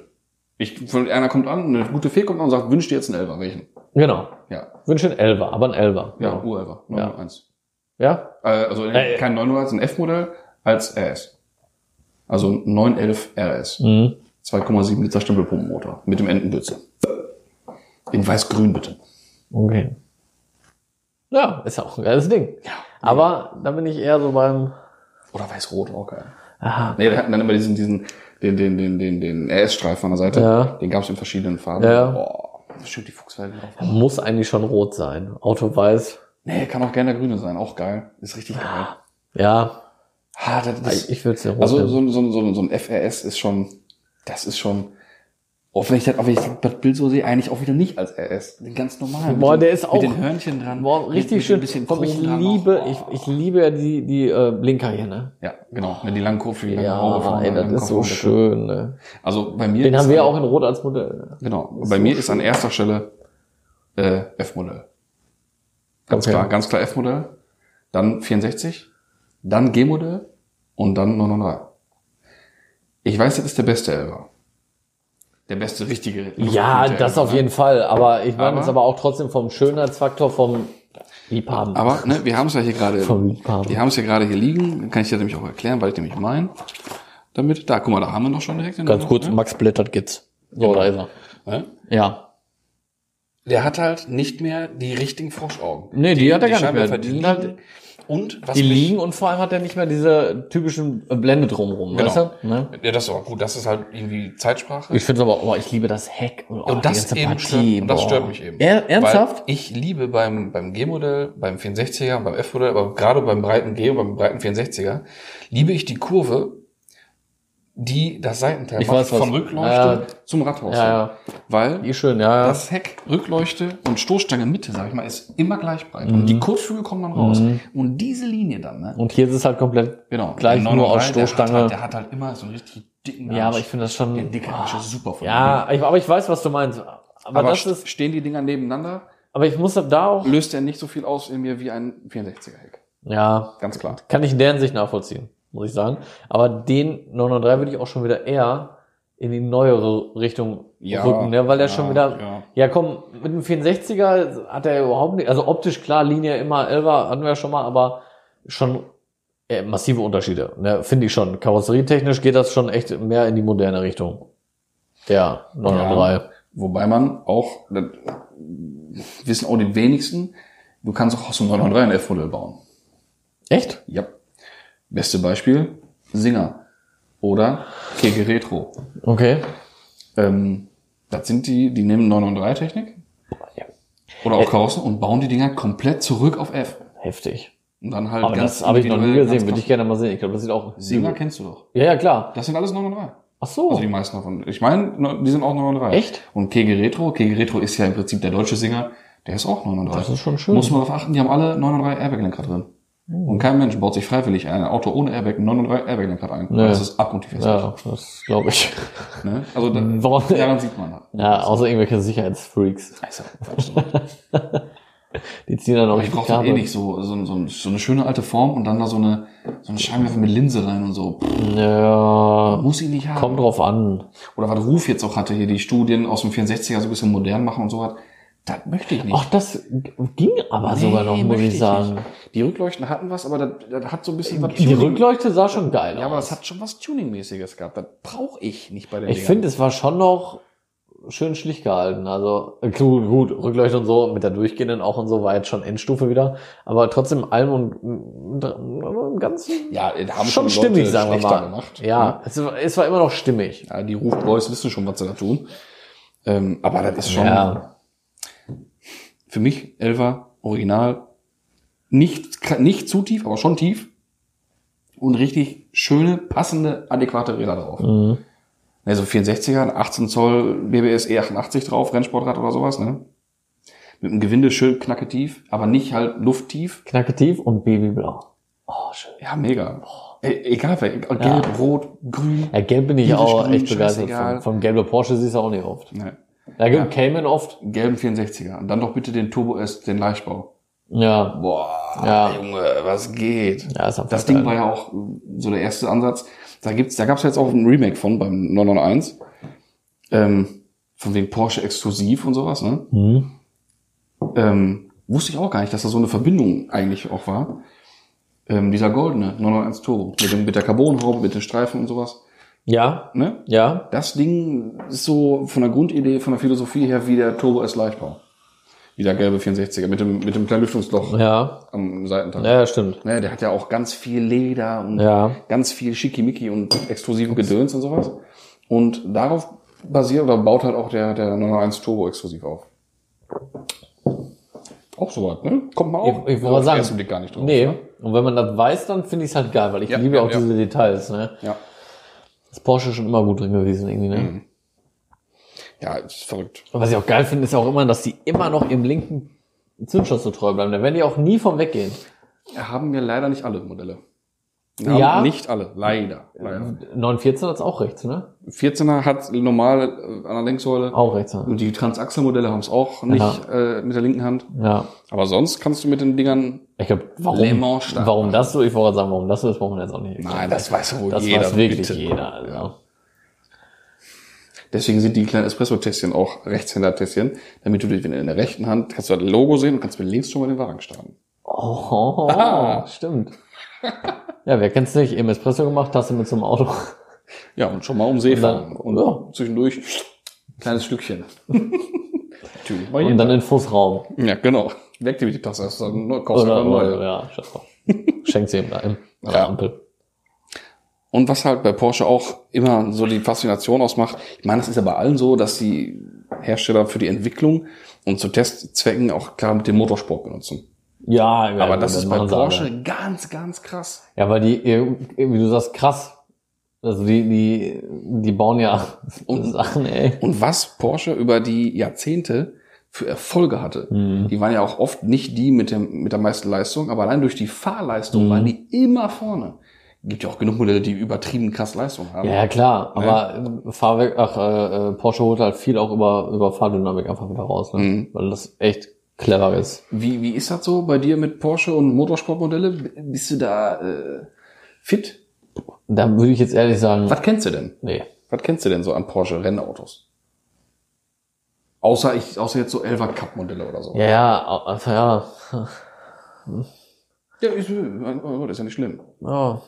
Ich, von- einer kommt an, eine gute Fee kommt an und sagt, wünsch dir jetzt einen Elfer. Welchen?
Genau.
Ja,
Wünsche ein Elfer, aber ein Elfer.
ja, Urelfer, 901.
Ja?
ne? Äh, also
Äh,
kein 901, ein F-Modell als RS. Also 911 RS.
Mhm.
2,7 Liter Stempelpumpenmotor mit dem Entenbütze. In weiß-grün bitte.
Okay. Ja, ist ja auch ein geiles Ding. Ja. Aber da bin ich eher so beim. ah,
Oder weiß-rot auch geil.
Aha.
Nee, wir hatten dann immer diesen, diesen, den, den, den, den, den RS-Streif an der Seite.
Ja.
Den gab es in verschiedenen Farben.
Ja.
Boah, bestimmt die Fuchsfelgen drauf.
Muss eigentlich schon rot sein. Auto weiß.
Nee, kann auch gerne der grüne sein. Auch geil. Ist richtig geil.
Ja,
Ha, das, das,
ich würde es ja rot
also
nehmen.
so, ein- so, ein- so, ein- so ein FRS ist schon, das ist schon, auch wenn ich das, auch wenn ich das Bild so sehe, eigentlich auch wieder nicht als RS. Den ganz normalen.
Boah,
mit
der
den-
ist auch-
Mit den Hörnchen dran.
Boah,
mit-
richtig
mit
schön.
Ein bisschen
Komm, ich
Chrom dran noch.
liebe,
Boah.
ich, ich liebe ja die, die äh, Blinker hier, ne?
Ja, genau. Ne, die langen Kurven, die langen Augen
Ja,
vorne,
ey,
die
das
langen
ist so
Kopfhörer.
schön. Ne?
Also bei mir
Den
ist
haben wir ja
an-
auch in Rot als Modell. Ne?
Genau. Bei mir ist an erster Stelle äh, F-Modell. Ganz
Okay.
klar, ganz klar F-Modell. Dann 64, dann G-Modell und dann 993. Ich weiß, das ist der beste Elber. Der beste richtige.
Ja, das auf jeden Fall. Aber ich meine
ne? Aber-
jetzt aber auch trotzdem vom Schönheitsfaktor, vom Liebhaben.
Aber ne, wir haben es ja hier gerade.
Vom Liebhaben.
Wir haben es ja gerade hier liegen. Dann Kann ich dir nämlich auch erklären, weil ich nämlich mein. Damit. Da, guck mal, da haben wir noch schon direkt. den
Ganz
Nummer,
kurz,
ne?
Max blättert Gitz. So, da ist er.
Ne?
Ja.
Der hat halt nicht mehr die richtigen Froschaugen.
Nee, die hat er gar nicht
Scheinwerfer,
mehr.
Die
Die
liegen,
sind halt-
und was
Die
mich-
liegen und vor allem hat er nicht mehr diese typischen äh, Blende drumrum,
Genau.
weißt du? Ne?
Ja, das ist auch gut. Das ist halt irgendwie Zeitsprache.
Ich finde aber, oh, ich liebe das Heck. Und, oh,
und das,
ganze
eben
Partie,
stört, und das
boah.
stört mich eben.
Er, ernsthaft?
Weil ich liebe beim, beim G-Modell, beim 64er, beim F-Modell, aber gerade beim breiten G und beim breiten 64er, liebe ich die Kurve, die das Seitenteil
Ich weiß, was-
von Rückleuchte zum Radhaus.
Ja, ja.
Weil
Die ist schön, ja. ja.
das Heck, Rückleuchte und Stoßstange Mitte, sag ich mal, ist immer gleich breit. Und
Mhm.
die Kurzflügel kommen dann raus. Und diese Linie dann, ne?
Und hier ist es halt komplett
Genau.
gleich
Der
nur aus
903, Der
Stoßstange.
hat, halt, der hat halt immer so einen richtig dicken
ja, aber ich finde das schon.
Den dicken Arsch ist super von ihm.
ja, ich, aber ich weiß, was du meinst. Aber,
Aber
das
st-
ist.
stehen die Dinger nebeneinander,
Aber ich muss da auch.
löst er nicht so viel aus in mir wie ein 64er-Heck.
Ja,
Ganz klar.
kann ich in der Hinsicht nachvollziehen, muss ich sagen. Aber den 903 würde ich auch schon wieder eher in die neuere Richtung rücken, ne? weil der schon wieder. Ja.
Ja.
komm, mit dem 64er hat er überhaupt nicht. Also optisch klar, Linie immer 11er hatten wir ja schon mal, aber schon äh, massive Unterschiede, ne? finde ich schon. Karosserietechnisch geht das schon echt mehr in die moderne Richtung. Der 903.
Wobei man auch, das wissen auch die wenigsten, du kannst auch aus dem 903 ein F-Modell bauen.
Echt?
Ja. Beste Beispiel, Singer oder Keke Retro.
Okay.
Ähm, das sind die, die nehmen 903-Technik
ja.
oder
Äh,
auch Karossen und bauen die Dinger komplett zurück auf F.
Heftig.
Und dann halt
Aber das habe ich noch nie
individuell, ganz
gesehen, würde
krass.
ich gerne mal sehen. Ich glaube, das sieht auch.
Singer kennst du doch.
Ja, ja, klar.
Das sind alles 903.
Ach so.
Also die meisten davon. Ich meine, ne, die sind auch 903.
Oh. Echt?
Und Kege Retro. Kege Retro ist ja im Prinzip der deutsche Singer. Der ist auch 903.
Das ist schon schön. Oh.
Muss man darauf achten, die haben alle 903 Airbag-Lenker drin. Und kein Mensch baut sich freiwillig ein Auto ohne Airbag, ein 903 Airbag-Lenker ein.
Nee.
Das ist abgrundtief hässlich.
ja, das glaube ich.
Ne? Also da,
Warum-
daran sieht man. halt.
Ja, außer irgendwelche Sicherheitsfreaks.
Also, Quatsch.
Die ziehen dann auch
Aber ich brauche das eh nicht so, so, so, so eine schöne alte Form und dann da so eine, so eine Scheinwerfer mit Linse rein und so. Pff,
Ja,
Muss ich nicht haben.
kommt drauf an.
Oder was Ruf jetzt auch hatte, hier die Studien aus dem 64er so ein bisschen modern machen und so hat. Das möchte ich nicht.
Ach, das ging aber sogar noch,
Nee,
muss
möchte
ich sagen.
nicht. Die Rückleuchten hatten was, aber das, das hat so ein bisschen was
Die Rückleuchte sah schon geil
Ja, aber
aus.
das hat schon was Tuning-mäßiges gehabt. Das brauche ich nicht bei den
Ich finde, es war schon noch schön schlicht gehalten. Also äh, gut, gut, Rückleuchte und so, mit der durchgehenden auch und so, war jetzt schon Endstufe wieder. Aber trotzdem allem und mm, aber im Ganzen
ja, da haben
schon
Leute
stimmig, sagen wir
schlechter
mal.
Gemacht, Hm.
ja, es, war- es war immer noch stimmig.
ja, die Rufboys wissen schon, was sie da tun. Ähm, aber das ist schon
Ja.
für mich Elfer original. Nicht, nicht zu tief, aber schon tief. Und richtig schöne, passende, adäquate Räder drauf.
Mhm.
Also 64er, ein 18 Zoll BBS E88 E drauf, Rennsportrad oder sowas, ne? Mit einem Gewinde schön knacke tief, aber nicht halt lufttief.
Knacke tief und Babyblau. Oh, schön.
Ja, mega. E egal, wer- egal,
Ja.
gelb, rot, grün.
Ja, gelb bin ich
Dieses
auch
Grün,
echt begeistert.
scheißegal.
Vom, vom gelben Porsche siehst du auch nicht oft.
Ne.
Ja,
Ja.
ja. Cayman oft.
Gelben 64er. Und dann doch bitte den Turbo S, den Leichtbau.
Ja.
Boah,
Ja.
Junge, was geht?
Ja, ist auch
Das
geil.
Ding war ja auch äh, so der erste Ansatz. Da gibt's, da gab's jetzt auch ein Remake von beim 991. Ähm, von wegen Porsche exklusiv und sowas, ne?
Mhm.
Ähm, wusste ich auch gar nicht, dass da so eine Verbindung eigentlich auch war. Ähm, dieser goldene 991 Turbo mit, dem, mit der Carbonhaube, mit den Streifen und sowas.
Ja,
Ne?
ja.
Das Ding ist so von der Grundidee, von der Philosophie her wie der Turbo S Leichtbau. Wie der gelbe 64er mit dem, mit dem kleinen Lüftungsloch
Ja.
am Seitenteil.
Ja, stimmt.
Ne, der hat ja auch ganz viel Leder und
Ja.
ganz viel Schickimicki und exklusiven Gedöns und sowas. Und darauf basiert oder baut halt auch der, der 991 Turbo exklusiv auf. Auch sowas, ne? Kommt mal auch.
Ich, ich wollte
auf
mal
den
sagen.
ersten Blick gar nicht drauf.
Nee.
Ne?
Und wenn man das weiß, dann finde ich es halt geil, weil ich
Ja,
liebe
ja,
auch
ja.
diese Details, ne?
Ja.
Das Porsche ist schon immer gut drin gewesen, irgendwie, ne?
Mhm. Ja, ist verrückt.
Und was ich auch geil finde, ist auch immer, dass die immer noch ihrem linken Zündschutz so treu bleiben. Da werden die auch nie vom weggehen.
Haben wir leider nicht alle Modelle.
Ja.
Haben Nicht alle, leider. leider.
914 hat's auch rechts, ne?
14er hat normal äh, an der Lenksäule.
Auch rechts, ne?
Und die Transaxle-Modelle haben es auch nicht äh, mit der linken Hand.
Ja.
Aber sonst kannst du mit den Dingern
Ich glaube,
Le
warum,
Mans Style.
warum das so? Ich wollte gerade sagen, warum das so ist, brauchen wir jetzt auch nicht.
Nein, das weiß wohl
das
jeder.
weiß wirklich
bitte.
jeder. Also.
Deswegen sind die kleinen Espresso-Tässchen auch Rechtshänder-Tässchen, damit du dich wenn du in der rechten Hand kannst du das Logo sehen und kannst mit links schon mal den Wagen starten.
Oh, oh, oh
Aha.
stimmt. ja, wer kennt's nicht? Eben Espresso gemacht, Tasse mit zum Auto.
Oh Ja, und schon mal um See
Und dann-
fahren. Und
ja.
zwischendurch ein kleines Stückchen. Natürlich. mal
Und
jeder.
dann in den Fußraum.
ja, genau. Weg dir die Tasse, hast du dann neu- kaufst du
Oder,
dann
oder,
neu.
ja, scheiß drauf. Schenkt sie ihm da im, an
Ja.
der Ampel.
Und was halt bei Porsche auch immer so die Faszination ausmacht, ich meine, das ist ja bei allen so, dass die Hersteller für die Entwicklung und zu Testzwecken auch klar mit dem Motorsport benutzen.
Ja, ja,
Aber
gut,
das
dann
ist bei
machen sie alle.
Porsche ganz, ganz krass.
Ja, weil die, äh, wie du sagst, krass. Also die, die, die bauen ja Sachen, ey.
und was Porsche über die Jahrzehnte für Erfolge hatte.
Mhm.
Die waren ja auch oft nicht die mit, dem, mit der meisten Leistung, aber allein durch die Fahrleistung
Mhm.
waren die immer vorne. Gibt ja auch genug Modelle, die übertrieben krass Leistung haben.
Ja, ja klar, aber äh, Fahrwerk, ach, äh, äh, Porsche holt halt viel auch über, über Fahrdynamik einfach wieder raus, ne?
Mhm.
weil das echt clever ist.
Wie, wie ist das so bei dir mit Porsche und Motorsportmodelle? B- Bist du da äh, fit?
Da würde ich jetzt ehrlich sagen,
Was kennst du denn?
nee.
Was kennst du denn so an Porsche Rennautos? Außer ich, außer jetzt so 11er Cup Modelle oder so.
Ja, ja, au- also, ja,
ja ist, oh, das ist ja nicht schlimm.
ja.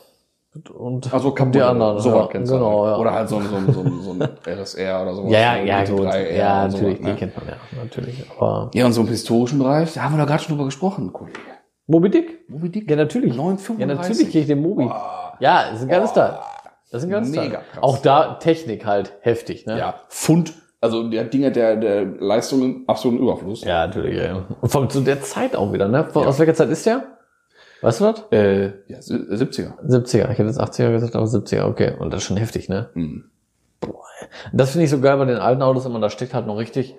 Und, und
Also kann
die anderen.
So
ja,
was kennst
genau,
du. halt.
ja.
Oder halt so ein, so ein, so ein, so ein RSR oder so.
ja, ja, ja,
so ein
gut.
GT3R
Ja,
und sowas,
natürlich,
ne?
die kennt man ja, natürlich. Aber
Ja, und so im historischen Bereich, da haben wir da gerade schon drüber gesprochen, Kollege.
Moby Dick?
Moby Dick.
Ja, natürlich.
9,35.
Ja, natürlich kriege ich den Mobi. Ja, ist ein ganzes Teil. Das ist ein ganzes
Mega
Teil.
krass.
Auch da Technik halt heftig, ne?
Ja, Pfund. Also der Dinger der, der Leistung im absoluten Überfluss.
Ja, natürlich, ja. Und von zu der Zeit auch wieder, ne? Von, Aus welcher Zeit ist der? Weißt du das?
Äh, ja, si- 70er.
70er. Ich hätte jetzt 80er gesagt, aber 70er, okay. Und das ist schon heftig, ne?
Hm.
Boah. Das finde ich so geil bei den alten Autos immer, da steckt halt noch richtig,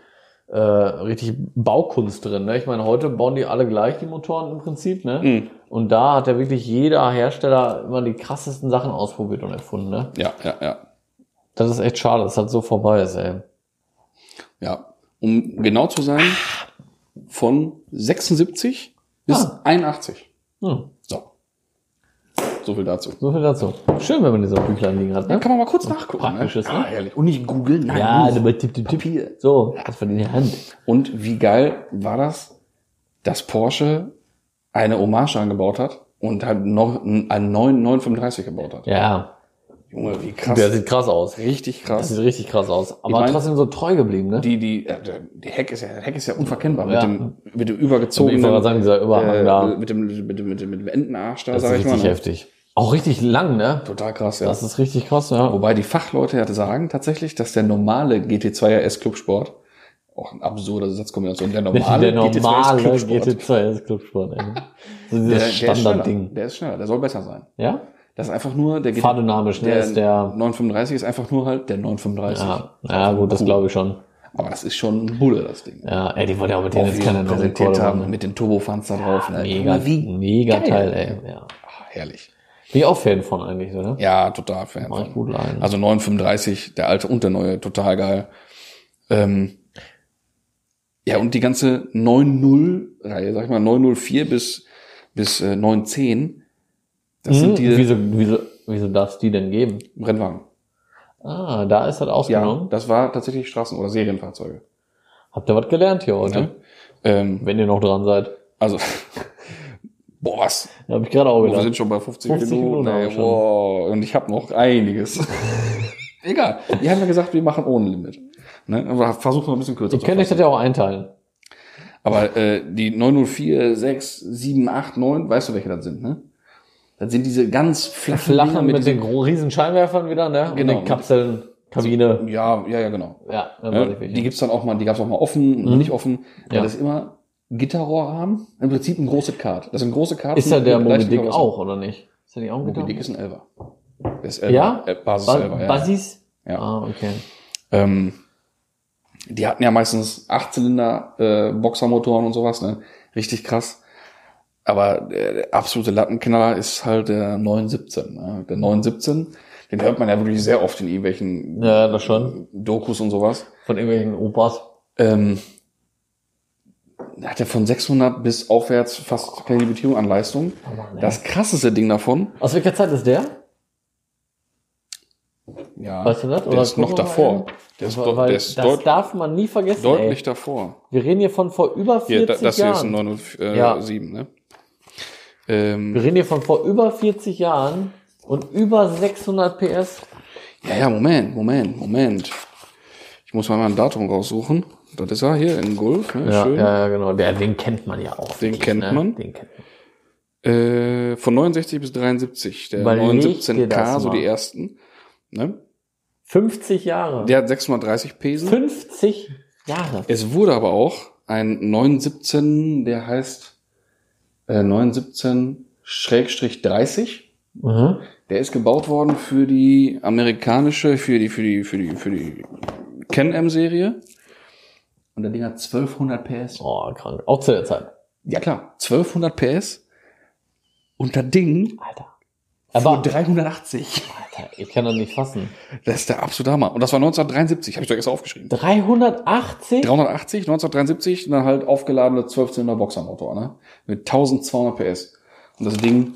äh, richtig Baukunst drin, ne? Ich meine, heute bauen die alle gleich, die Motoren im Prinzip, ne?
Mhm. Hm.
Und da hat ja wirklich jeder Hersteller immer die krassesten Sachen ausprobiert und erfunden, ne?
Ja, ja, ja.
Das ist echt schade, dass das so vorbei ist, ey.
Ja. Um genau zu sein, von 76 bis
Ah.
81.
Hm.
So. So viel dazu.
So viel dazu. Schön, wenn man diese Büchlein liegen hat, ne?
Kann man mal kurz nachgucken.
Praktisches,
ne?
ne?
Ah, herrlich. Und nicht googeln, nein.
Ja, also
Buch.
aber tipp, tipp, tipp. So, das von in der Hand.
Und wie geil war das, dass Porsche eine Hommage angebaut hat und halt noch einen neuen 935 gebaut hat.
Ja,
Junge, wie krass.
der sieht krass aus.
richtig
Das
krass.
sieht richtig krass aus. Aber
mein-
trotzdem so treu geblieben, ne?
Die, die, äh, der- die Heck ist ja, der Heck ist ja unverkennbar
Ja.
mit dem, mit dem
ich wollte
übergezogenen,
gerade sagen, dieser Überhang
äh,
da.
mit dem, mit dem, mit dem, mit dem Entenarsch da,
Das ist
sag ich
richtig
mal. ne?
heftig. Auch richtig lang, ne?
Total krass, ja.
Das ist richtig krass, ja.
Wobei die Fachleute ja sagen tatsächlich, dass der normale GT2 RS Clubsport, auch eine absurde Satzkombination, der normale,
der normale
GT2 RS Clubsport,
GT2 ist Clubsport, ey. So
der,
dieses
der, ist schneller,
Standardding.
der ist schneller, der soll besser sein.
Ja?
Das ist einfach nur der
Fahrdynamisch, ne?
der,
ist der,
935 ist einfach nur halt der 935.
ja, ja, gut, das glaube ich schon.
Aber das ist schon ein Bulle, das Ding.
Ja, ey, die wollte ja auch mit
Auch
denen
wie
jetzt
sie
keine
ihn
neuen
präsentiert
Rekorde
haben
machen. ne?
mit den Turbofans da drauf. ne?
Mega,
Wie,
mega
geil.
Teil, ey. Ja.
ah, herrlich.
Bin ich auch Fan von eigentlich, oder?
Ja, total Fan.
Mach ich gut ein.
Also 935, der alte und der neue, total geil. Ähm, ja, und die ganze 9.0-Reihe, sag ich mal, 904 bis, bis äh, 910, das
Mhm,
sind die
wieso, wieso, wieso darf es die denn geben?
Rennwagen.
Ah, da ist das
Ja,
ausgenommen.
das war tatsächlich Straßen- oder Serienfahrzeuge.
Habt ihr was gelernt hier heute?
Ne? Ähm,
Wenn ihr noch dran seid.
also, boah, was?
Habe ich gerade auch
Oh, wir sind
gedacht.
schon bei 50,
50
Minuten.
Minuten haben wir
ey,
schon.
wow. Und ich habe noch einiges. Egal. Die haben ja gesagt, wir machen ohne Limit. Ne? Aber versuchen wir ein bisschen kürzer
Ihr könnt euch das ja auch einteilen.
Aber äh, die 904, 6, 7, 8, 9, weißt du, welche das sind, ne? Das sind diese ganz flachen,
Flachen
Dinger
mit, den
diesen-
gro- riesen Scheinwerfern wieder, ne?
Genau.
Und den Kapseln, Kabine.
Ja, ja, ja, genau.
Ja, da
Ja,
weiß ich welche.
die gibt's dann auch mal, die gab's auch mal offen, und
Mhm.
nicht offen. Ja.
Ja.
Das ist immer Gitterrohrrahmen, im Prinzip ein großes Kart. Das sind große Karten.
Ist ja der
mit
Moby
leichtem
Dick
Verlust.
auch, oder nicht? Ist der nicht auch ein
Moby
Gitter?
Dick ist ein Elfer. Der ist
Ja?
Äh, Basis
Ba
Elfer, ja.
Basis?
Ja.
Ah, okay.
Ähm, die hatten ja meistens Achtzylinder äh, Boxermotoren und sowas, ne? Richtig krass. Aber der, der absolute Lattenknaller ist halt der 917. Ne? Der 917, den hört man ja wirklich sehr oft in irgendwelchen
Ja, das schon.
Dokus und sowas.
Von irgendwelchen Opas. Oh
Ähm, da hat er von 600 bis aufwärts fast keine Limitierung an Leistung.
Oh Mann, ey.
Das krasseste Ding davon,
Aus welcher Zeit ist der?
ja,
Weißt du das?
der
Oder
ist noch
gucken wir mal
davor.
rein?
Der ist,
Weil
doch- der ist
das
deut
darf man nie vergessen,
deutlich
ey.
davor.
Wir reden hier von vor über 40
Hier, da, das hier ist ein
Jahren.
907, äh,
Ja.
sieben, ne?
Wir
Ähm,
reden hier von vor über 40 Jahren und über 600 PS.
ja, ja, Moment, Moment, Moment. Ich muss mal mal ein Datum raussuchen. Das ist er hier in Golf, ne? Schön.
genau. Der, den kennt man ja auch. ne?
Den kennt man.
Den kennt man.
Äh, von 69 bis 73. Der
Überleg dir
917K,
das
so
mal.
die ersten. Ne?
50 Jahre.
Der hat 630 Pesen.
50 Jahre.
Es wurde aber auch ein 917, der heißt äh, 917-30.
Mhm.
Der ist gebaut worden für die amerikanische, für die, für die, für die, für die Can-Am-Serie. Und der Ding hat 1200 PS.
Oh, krank. Auch zu der Zeit.
Ja klar, 1200 PS. Und das Ding
Alter.
aber
Aber,
380.
Alter, ich kann das nicht fassen.
Das ist der absolute Hammer. Und das war 1973, habe ich doch extra aufgeschrieben.
380?
380, 1973 und dann halt aufgeladene 12-Zylinder Boxermotor, ne? Mit 1200 PS. Und das Ding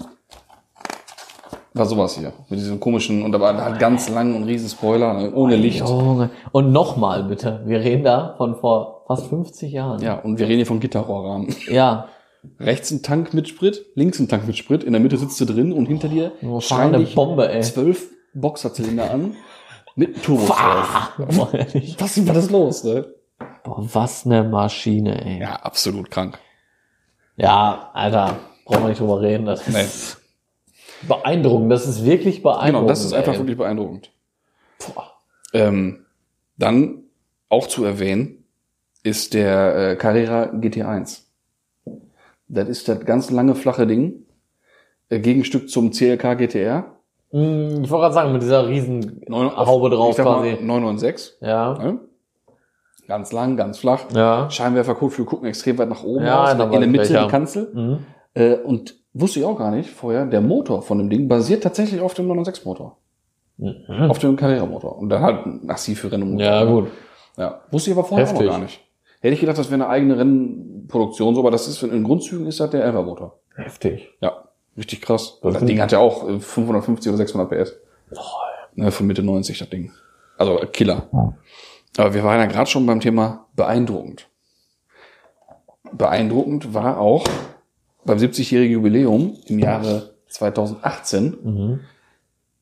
war sowas hier. Mit diesem komischen, und aber halt ganz lang und riesen Spoiler, ne? ohne Licht.
Junge. Und nochmal bitte. Wir reden da von vor fast 50 Jahren.
Ja, und wir reden hier vom Gitterrohrrahmen.
Ja.
Rechts ein Tank mit Sprit, links ein Tank mit Sprit, in der Mitte sitzt du drin und hinter dir
Wo fahren
schreien
eine
dich
Oh, Bombe, ey.
zwölf Boxerzylinder an mit Turbo. drauf.
Boah, ehrlich.
Was war das los, ne?
Boah, was eine Maschine, ey.
Ja, absolut krank.
Ja, Alter, brauchen wir nicht drüber reden. Das
Nee.
ist beeindruckend. Das ist wirklich beeindruckend.
Genau, das ist einfach
ey.
wirklich beeindruckend.
Boah.
Ähm, dann auch zu erwähnen ist der äh, Carrera GT1. Das ist das ganz lange flache Ding. Äh, Gegenstück zum CLK GTR.
Mm, Ich wollte gerade sagen, mit dieser riesen Haube
ich
drauf
sag mal
quasi.
996.
Ja.
Ne? Ganz lang, ganz flach.
Ja.
Scheinwerfer gucken, wir gucken extrem weit nach oben
Ja,
raus,
da
in
weiß
der
ich
Mitte
welcher.
die Kanzel.
Mhm.
Äh, und wusste ich auch gar nicht vorher, der Motor von dem Ding basiert tatsächlich auf dem 996 Motor.
Mhm.
Auf dem Carrera-Motor. Und dann halt ein massiv Rennmotor.
Ja, gut.
Ja. Wusste ich aber vorher auch noch
Heftig.
gar nicht. Hätte ich gedacht, das wäre eine eigene Rennproduktion, so, aber das ist, in Grundzügen ist das der 11er Motor.
Heftig.
Ja. Richtig krass.
Das
Das,
sind-
Ding hat ja auch äh, 550 oder 600 PS.
Boah,
Ne, von Mitte 90, das Ding. Also äh, Killer. Aber wir waren ja gerade schon beim Thema beeindruckend. Beeindruckend war auch beim 70-jährigen Jubiläum im Jahre 2018
Mhm.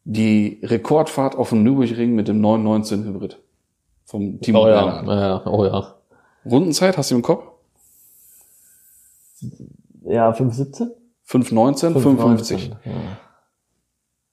die Rekordfahrt auf dem Nürburgring mit dem 919 Hybrid vom Team
Oh ja.
Bernhard.
ja, oh ja.
Rundenzeit hast du im Kopf?
Ja, 517?
519, 550.
519, Ja.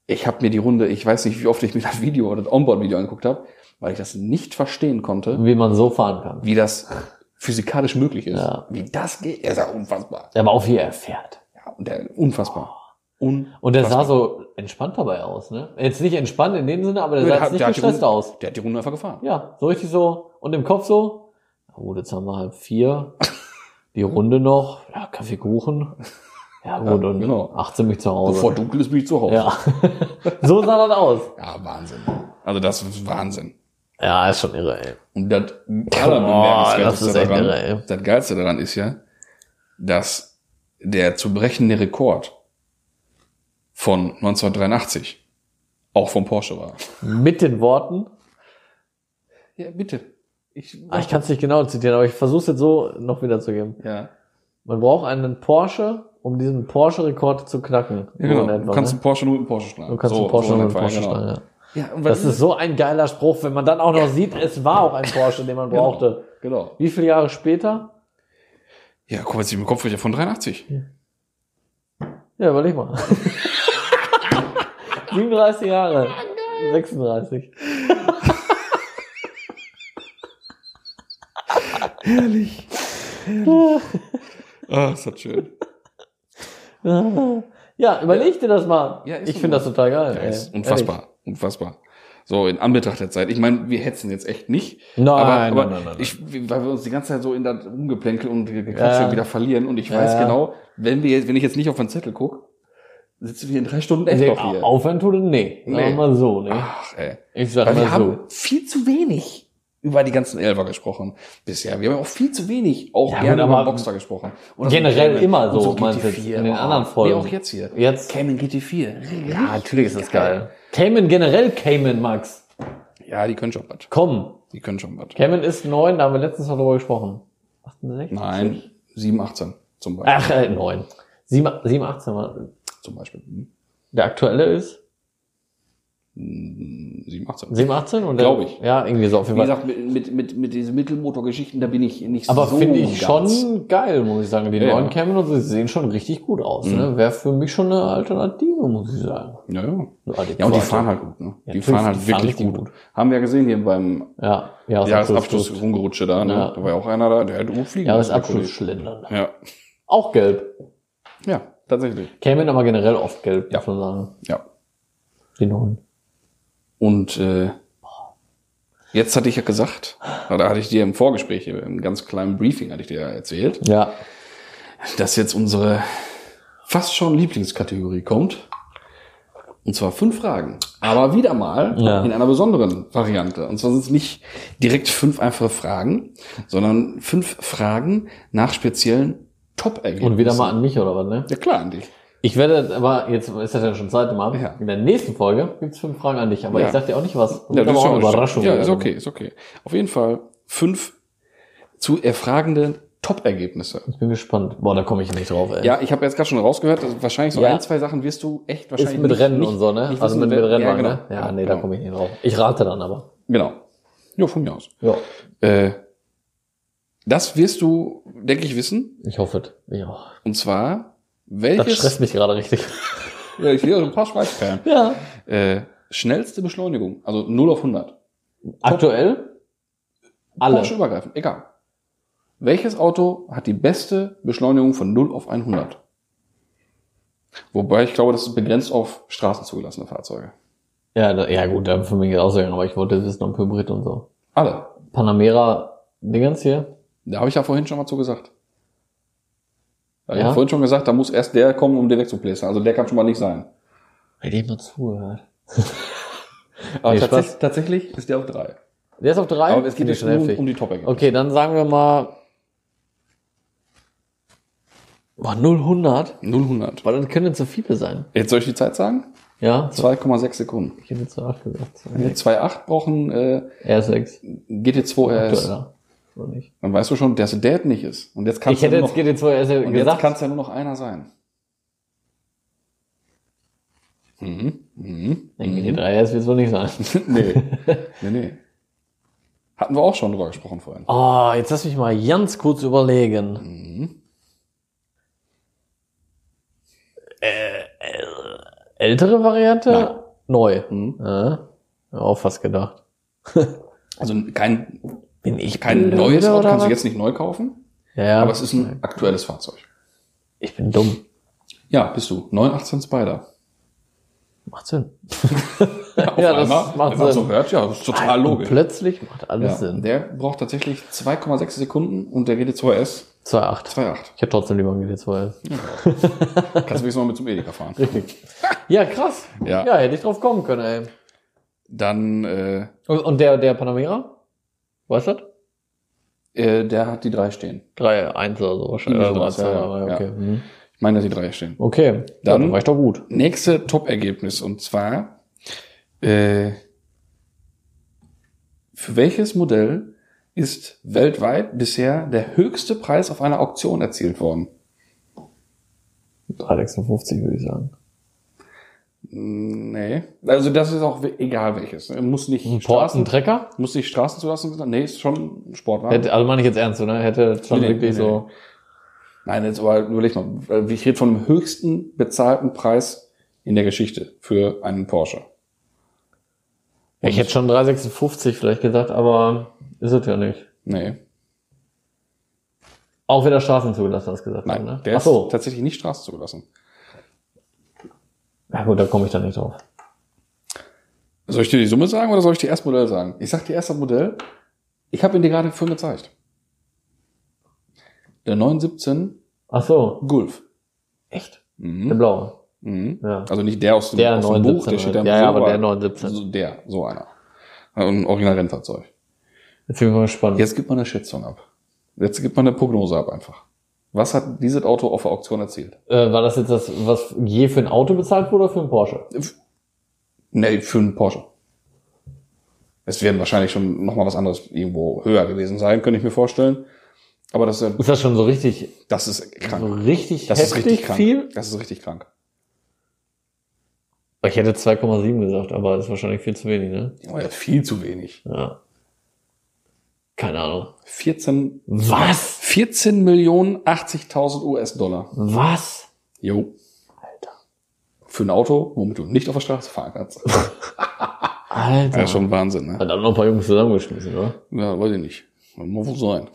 ich habe mir die Runde, ich weiß nicht, wie oft ich mir das Video oder das Onboard-Video angeguckt habe, weil ich das nicht verstehen konnte,
Wie man so fahren kann.
wie das physikalisch möglich ist.
Ja.
Wie das geht, ist ja unfassbar.
Aber auch wie er fährt.
Ja, und der, unfassbar. Un
Und der sah so entspannt dabei aus, ne? Jetzt nicht entspannt in dem Sinne, aber der
Ja,
sah
der
jetzt
hat-
nicht
der hat die
gestresst
Runde-
aus.
der hat die Runde einfach gefahren.
Ja, so richtig so. Und im Kopf so, na gut, jetzt haben wir halb vier. Die Runde noch, ja, Kaffee, Kuchen. Ja gut,
Ja,
und
genau.
18 bin ich zu Hause.
Bevor dunkel ist, bin ich zu Hause.
Also, ja. so sah das aus.
ja, Wahnsinn. Also das ist Wahnsinn.
Ja, ist schon irre, ey.
Und das
das
allerbemerkenswerteste
ist echt
daran,
irre, ey.
das Geilste daran ist ja, dass der zu brechende Rekord von 1983 auch vom Porsche war.
Mit den Worten,
Ja, bitte. Ich,
ah, ich kann es nicht genau zitieren, aber ich versuche es jetzt so noch wiederzugeben.
ja.
Man braucht einen Porsche, um diesen Porsche-Rekord zu knacken.
Ja, genau.
So in
Du
etwa,
kannst
ne?
einen Porsche nur mit dem Porsche schlagen.
du kannst
So,
einen Porsche
so in
mit einem
etwa,
Porsche
genau.
schlagen. Ja.
Ja, und
Das ist so ein geiler Spruch, wenn man dann auch noch sieht, es war auch ein Porsche, den man
Genau.
brauchte.
Genau.
Wie viele Jahre später?
Ja, guck mal, jetzt im Kopf ja von 83.
Ja, überleg mal. 37 Jahre. 36.
Ehrlich. Ah, ist das schön.
Ja, überleg dir das mal.
Ja, ist
ich
so.
finde das total geil.
Ja,
ey.
ist unfassbar. Unfassbar. So, in Anbetracht der Zeit. Ich meine, wir hetzen jetzt echt nicht.
Ehrlich. Nein,
aber,
nein,
aber
nein, nein, nein.
Ich, weil wir uns die ganze Zeit so in das Rumgeplänkel und Gequatsche
Ja.
wieder verlieren und ich
Ja.
weiß genau, wenn wir jetzt, wenn ich jetzt nicht auf den Zettel gucke, sitzen wir in drei Stunden echt
Nee,
noch hier.
Aufwand tut es nee. Sagen wir
Nee. Ah,
mal so, ne?
Ach, ey.
Ich sag
Weil
mal
wir haben
so.
viel zu wenig über die ganzen Elfer gesprochen bisher. Wir haben auch viel zu wenig auch
Ja,
gerne
gut, aber
über Boxer gesprochen. Und
generell
Cayman
immer
und
so, meinst du jetzt, in den
oh,
anderen Folgen.
Wie auch jetzt hier.
Jetzt.
Cayman GT4.
Ja, natürlich ist das geil. Cayman generell Cayman, Max.
Ja, die können schon was.
Komm.
Die können schon was.
Cayman ist neun, da haben wir letztens noch drüber gesprochen. 68?
Nein, 7, 18 zum Beispiel.
Ach, äh, neun. Sieben- 7, 18 war.
Zum Beispiel. Hm.
Der aktuelle ist
7, 18.
7, 18 und der-
Glaub ich.
Ja, irgendwie so auf
Wie
jeden Fall.
gesagt, mit, mit, mit, mit diesen Mittelmotorgeschichten, da bin ich nicht
Aber
so
finde ich
ganz.
schon geil, muss ich sagen. Die
Ja, ja.
neuen Cayman und so, die sehen schon richtig gut aus.
Mhm.
Ne? Wäre für mich schon eine Alternative, muss ich sagen.
Ja, ja. ja,
Eine
und die
adäquate.
fahren halt gut, ne?
Ja,
die
natürlich,
fahren halt
die fahren
wirklich
richtig
gut.
gut.
Haben wir ja gesehen hier beim
Ja, Jahresabschluss.
Jahresabschluss rumgerutsche da, ne?
Ja.
Da war ja auch einer da, der hat rumfliegen.
Jahresabschluss schlendern.
Ja.
Auch gelb.
Ja, tatsächlich.
Cayman aber generell oft gelb,
Ja.
muss man sagen.
Ja.
Die neuen.
Und äh, jetzt hatte ich ja gesagt, oder hatte ich dir im Vorgespräch, äh, im ganz kleinen Briefing hatte ich dir ja erzählt,
Ja.
dass jetzt unsere fast schon Lieblingskategorie kommt. Und zwar fünf Fragen. Aber wieder mal
Ja.
in einer besonderen Variante. Und zwar sind es nicht direkt fünf einfache Fragen, sondern fünf Fragen nach speziellen Top-Ergebnissen.
Und wieder mal an mich oder was, ne?
Ja, klar, an dich.
Ich werde, aber jetzt ist das ja schon zweite Mal.
Ja.
In der nächsten Folge gibt's fünf Fragen an dich, aber
Ja.
ich sag dir auch nicht was.
Ja,
aber
das ist
auch
auch
eine Überraschung.
Ja,
wieder.
ist okay, ist okay. Auf jeden Fall fünf zu erfragende Top-Ergebnisse.
Ich bin gespannt. Boah, da komme ich nicht drauf, ey.
Ja, ich habe jetzt gerade schon rausgehört, also wahrscheinlich so
Ja.
ein, zwei Sachen wirst du echt wahrscheinlich
Ist mit
nicht,
Rennen
nicht,
und so, ne?
nicht
Also
wissen,
mit, mit
wer-
Rennen,
ja, genau.
ne? Ja, nee, da
genau.
komme ich nicht drauf. Ich rate dann aber.
Genau. Ja, von mir aus.
Ja.
Äh, das wirst du, denke ich, wissen.
Ich hoffe es. Ja.
Und zwar,
Das
welches...
stresst mich gerade richtig.
Ja, ich sehe so ein paar Schweißperlen.
Ja.
Äh, schnellste Beschleunigung, also 0 auf 100.
Aktuell? Alle.
Porsche übergreifend, egal. Welches Auto hat die beste Beschleunigung von 0 auf 100? Wobei ich glaube, das ist begrenzt auf Straßen zugelassene Fahrzeuge.
Ja, da, ja gut, da für mich aussagen, aber ich wollte wissen, ob Hybrid und so.
Alle.
Panamera, Dingens hier?
Da habe ich ja vorhin schon mal zu gesagt. Da habe
Ja?
ich vorhin schon gesagt, da muss erst der kommen, um den wegzuplästern. Also der kann schon mal nicht sein.
Hätte ich mal zugehört.
Aber
Nee,
tatsächlich,
Spaß.
tatsächlich ist der auf drei.
Der ist auf drei?
Aber es geht
Finde ich
jetzt
schon
nur um,
heftig.
um die Top-Ergebnisse.
Okay, dann sagen wir mal. Boah, 0100?
0, 100.
Weil dann können zu viele sein.
Jetzt soll ich die Zeit sagen?
Ja? So,
2,6 Sekunden.
ich hätte zu 8 gesagt.
2,8 brauchen äh,
R6.
GT2 RS.
Aktueller. Oder nicht?
Dann weißt du schon, dass der es nicht ist. Und jetzt kannst
Ich hätte
du nur
jetzt
noch,
GT2 RS
und jetzt
gesagt.
kann's ja nur noch einer sein. Mhm. Mhm.
Nein, GT3 RS wird es wohl nicht sein.
nee. Nee, nee. Hatten wir auch schon drüber gesprochen vorhin.
Oh, jetzt lass mich mal ganz kurz überlegen.
Mhm.
Äh, Ältere Variante?
Nein.
Neu.
Mhm.
Ja, auch fast gedacht.
Also kein,
Bin ich
kein
blöde
neues Auto
Äh, oder
kannst du
was?
jetzt nicht neu kaufen,
Ja, ja.
aber es ist ein aktuelles Fahrzeug.
ich bin dumm.
Ja, bist du. 918 Spider.
Macht Sinn.
Ja, auf
Ja, das macht
wenn man
Sinn.
so hört, ja, das ist total Ah, logisch.
Plötzlich macht alles
Ja,
Sinn.
der braucht tatsächlich 2,6 Sekunden und der GT2S
2,8.
2,8.
Ich hätte trotzdem lieber ein GT2.
Kannst du wenigstens mal mit zum Edeka fahren.
Richtig. Ja, krass.
Ja.
ja, hätte ich drauf kommen können, ey.
Dann, äh,
Und, und der, der Panamera? Weißt du das?
äh, der hat die drei stehen.
3, 1 oder so wahrscheinlich.
Irgendwie
Oder
sowas, ja,
drei, zwei,
ja,
aber
ja.
okay. Mhm.
Ich meine, dass die drei stehen.
Okay. Ja,
Dann-
war ich doch gut.
Nächste Top-Ergebnis und zwar, äh, für welches Modell ist weltweit bisher der höchste Preis auf einer Auktion erzielt worden?
356 würde ich sagen.
Nee. Also das ist auch we- egal welches. Muss nicht
Hm, Ein Port, ein
Straßen,
Trecker?
muss nicht Straßenzulassung sein. Nee, ist schon ein Sportwagen.
Hätte, also meine ich jetzt ernst, oder? Hätte schon
Nee, nee,
wirklich
nee,
so.
Nein, jetzt aber überleg mal, ich rede von dem höchsten bezahlten Preis in der Geschichte für einen Porsche.
Ich hätte schon 356 vielleicht gedacht, aber ist es ja nicht.
Nee,
Auch wieder Straßen zugelassen, hast du gesagt.
nein,
ne?
der
Ach so.
ist tatsächlich nicht Straße zugelassen.
Ja gut, da komme ich dann nicht drauf.
Soll ich dir die Summe sagen oder soll ich dir erst Modell sagen? Ich sag dir erst das Modell. Ich habe ihn dir gerade vorhin gezeigt. Der 917
Ach so.
Gulf.
Echt? Der
Mhm.
blaue.
Mhm.
Ja.
Also nicht der aus dem,
Der
aus dem Buch,
917.
der steht da im
ja, ja,
Buch,
aber der 917.
So der, so einer. Also Ein Original-Rennfahrzeug.
Jetzt bin ich mal gespannt.
Jetzt gibt man eine Schätzung ab. Jetzt gibt man eine Prognose ab einfach. Was hat dieses Auto auf der Auktion erzielt?
Äh, war das jetzt das, was je für ein Auto bezahlt wurde oder für einen Porsche?
Nee, für einen Porsche. Es werden wahrscheinlich schon nochmal was anderes irgendwo höher gewesen sein, könnte ich mir vorstellen. Aber das, ist ja-
Ist das schon so richtig,
das ist
so
krank.
Also richtig
Das ist
heftig
richtig krank.
viel?
Das ist richtig krank.
Ich hätte 2,7 gesagt, aber das ist wahrscheinlich viel zu wenig, ne?
Junge, das ist viel zu wenig.
Ja. Keine Ahnung.
14,
Was?
14 Millionen 80.000 US-Dollar.
Was?
Jo.
Alter.
Für ein Auto, womit du nicht auf der Straße fahren kannst. Das
Alter.
ist schon Wahnsinn, ne?
Hat dann noch ein paar Jungs zusammengeschmissen, oder?
Ja, weiß ich nicht. Muss wohl sein.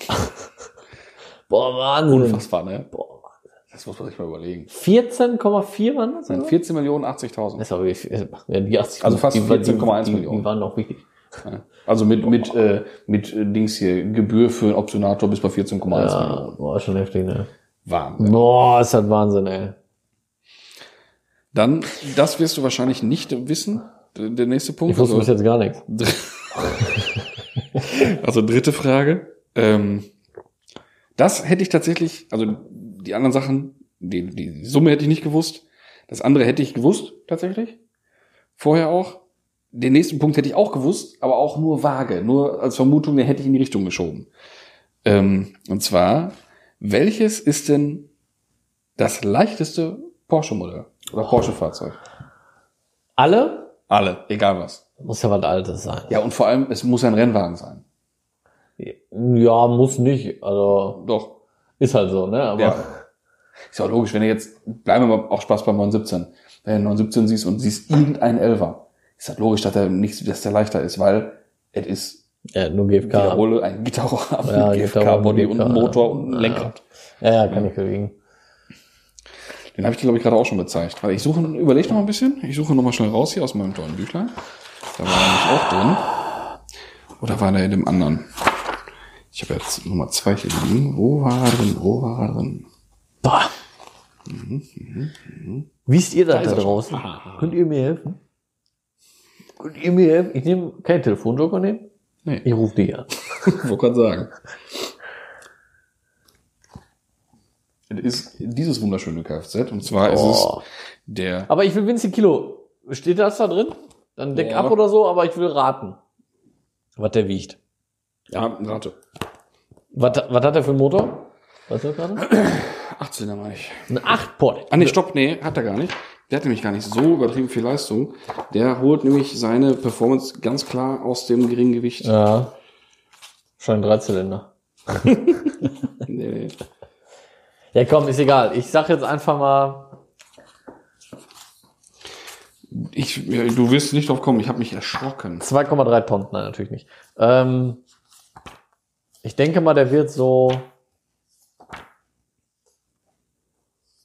Boah, Wahnsinn.
Unfassbar, ne?
Boah, Mann.
Das muss man sich mal überlegen.
14,4 waren das?
Das sind
oder?
14 Millionen 80.000.
Das war wirklich, ja, die 80,
Also fast
die, die,
14,1
die,
Millionen.
Die waren noch wichtig.
Ja. Also mit, mit, äh, mit äh, Dings hier, Gebühr für einen Optionator bis bei 14,1 Millionen.
Ja, boah, schon heftig, ne?
Wahnsinn.
Boah, ist halt Wahnsinn, ey.
Dann, das wirst du wahrscheinlich nicht wissen. D- Der nächste Punkt.
Ich wusste bis
Also,
jetzt gar nichts.
also dritte Frage. Ähm, das hätte ich tatsächlich, also die anderen Sachen, die, die Summe hätte ich nicht gewusst. Das andere hätte ich gewusst, tatsächlich. Vorher auch. Den nächsten Punkt hätte ich auch gewusst, aber auch nur vage. Nur als Vermutung, den hätte ich in die Richtung geschoben. Ähm, und zwar, welches ist denn das leichteste Porsche-Modell oder Porsche-Fahrzeug?
Alle?
Alle, egal was.
Muss ja was Altes sein.
Ja, und vor allem, es muss ein Rennwagen sein.
Ja, muss nicht. Also,
Doch.
ist halt so, ne? Aber
Ja. Ist ja auch logisch, wenn du jetzt, bleiben wir mal auch Spaß beim 917, wenn du 917 siehst und siehst irgendeinen Elfer, ist das logisch, dass der nicht, dass der leichter ist, weil es ist,
ja, äh, nur
ich
GFK.
wiederhole, ein Gitarrahmen,
Ja,
ein
Gitarre,
GFK-Body und ein
GFK,
Motor und
ja.
ein Lenkrad.
Ja, ja, kann ich bewegen.
Den habe ich dir, glaube ich, gerade auch schon gezeigt. Weil ich suche, überleg noch mal ein bisschen. Ich suche noch mal schnell raus hier aus meinem tollen Büchlein. Da war er nämlich auch drin. Oder war der in dem anderen? Ich habe jetzt Nummer zwei hier liegen. Wo war er drin? Wo war er drin?
Bah. Wisst ihr das da
ist er
draußen? Könnt ihr mir helfen? Könnt ihr mir helfen? Ich nehme keinen Telefonjoker nehmen.
Nee.
Ich rufe die an.
Wollte gerade sagen. Es ist dieses wunderschöne Kfz. Und zwar
Oh.
ist es der.
Aber ich will winzig Kilo. Steht das da drin? Dann deck
Ja.
ab oder so, aber ich will raten. Was der wiegt.
Ja, warte.
Was, was hat der für einen Motor? Weißt du das gerade?
18er meine ich.
Ein 8-Port.
Ah, nee, stopp, nee, hat er gar nicht. Der hat nämlich gar nicht so übertrieben viel Leistung. Der holt nämlich seine Performance ganz klar aus dem geringen Gewicht.
Ja. Scheint ein Dreizylinder.
Nee.
Ja, komm, ist egal. Ich sag jetzt einfach mal
Ich, du wirst nicht drauf kommen, ich habe mich erschrocken.
2,3 Tonnen, nein, natürlich nicht. Ähm, ich denke mal, der wird so.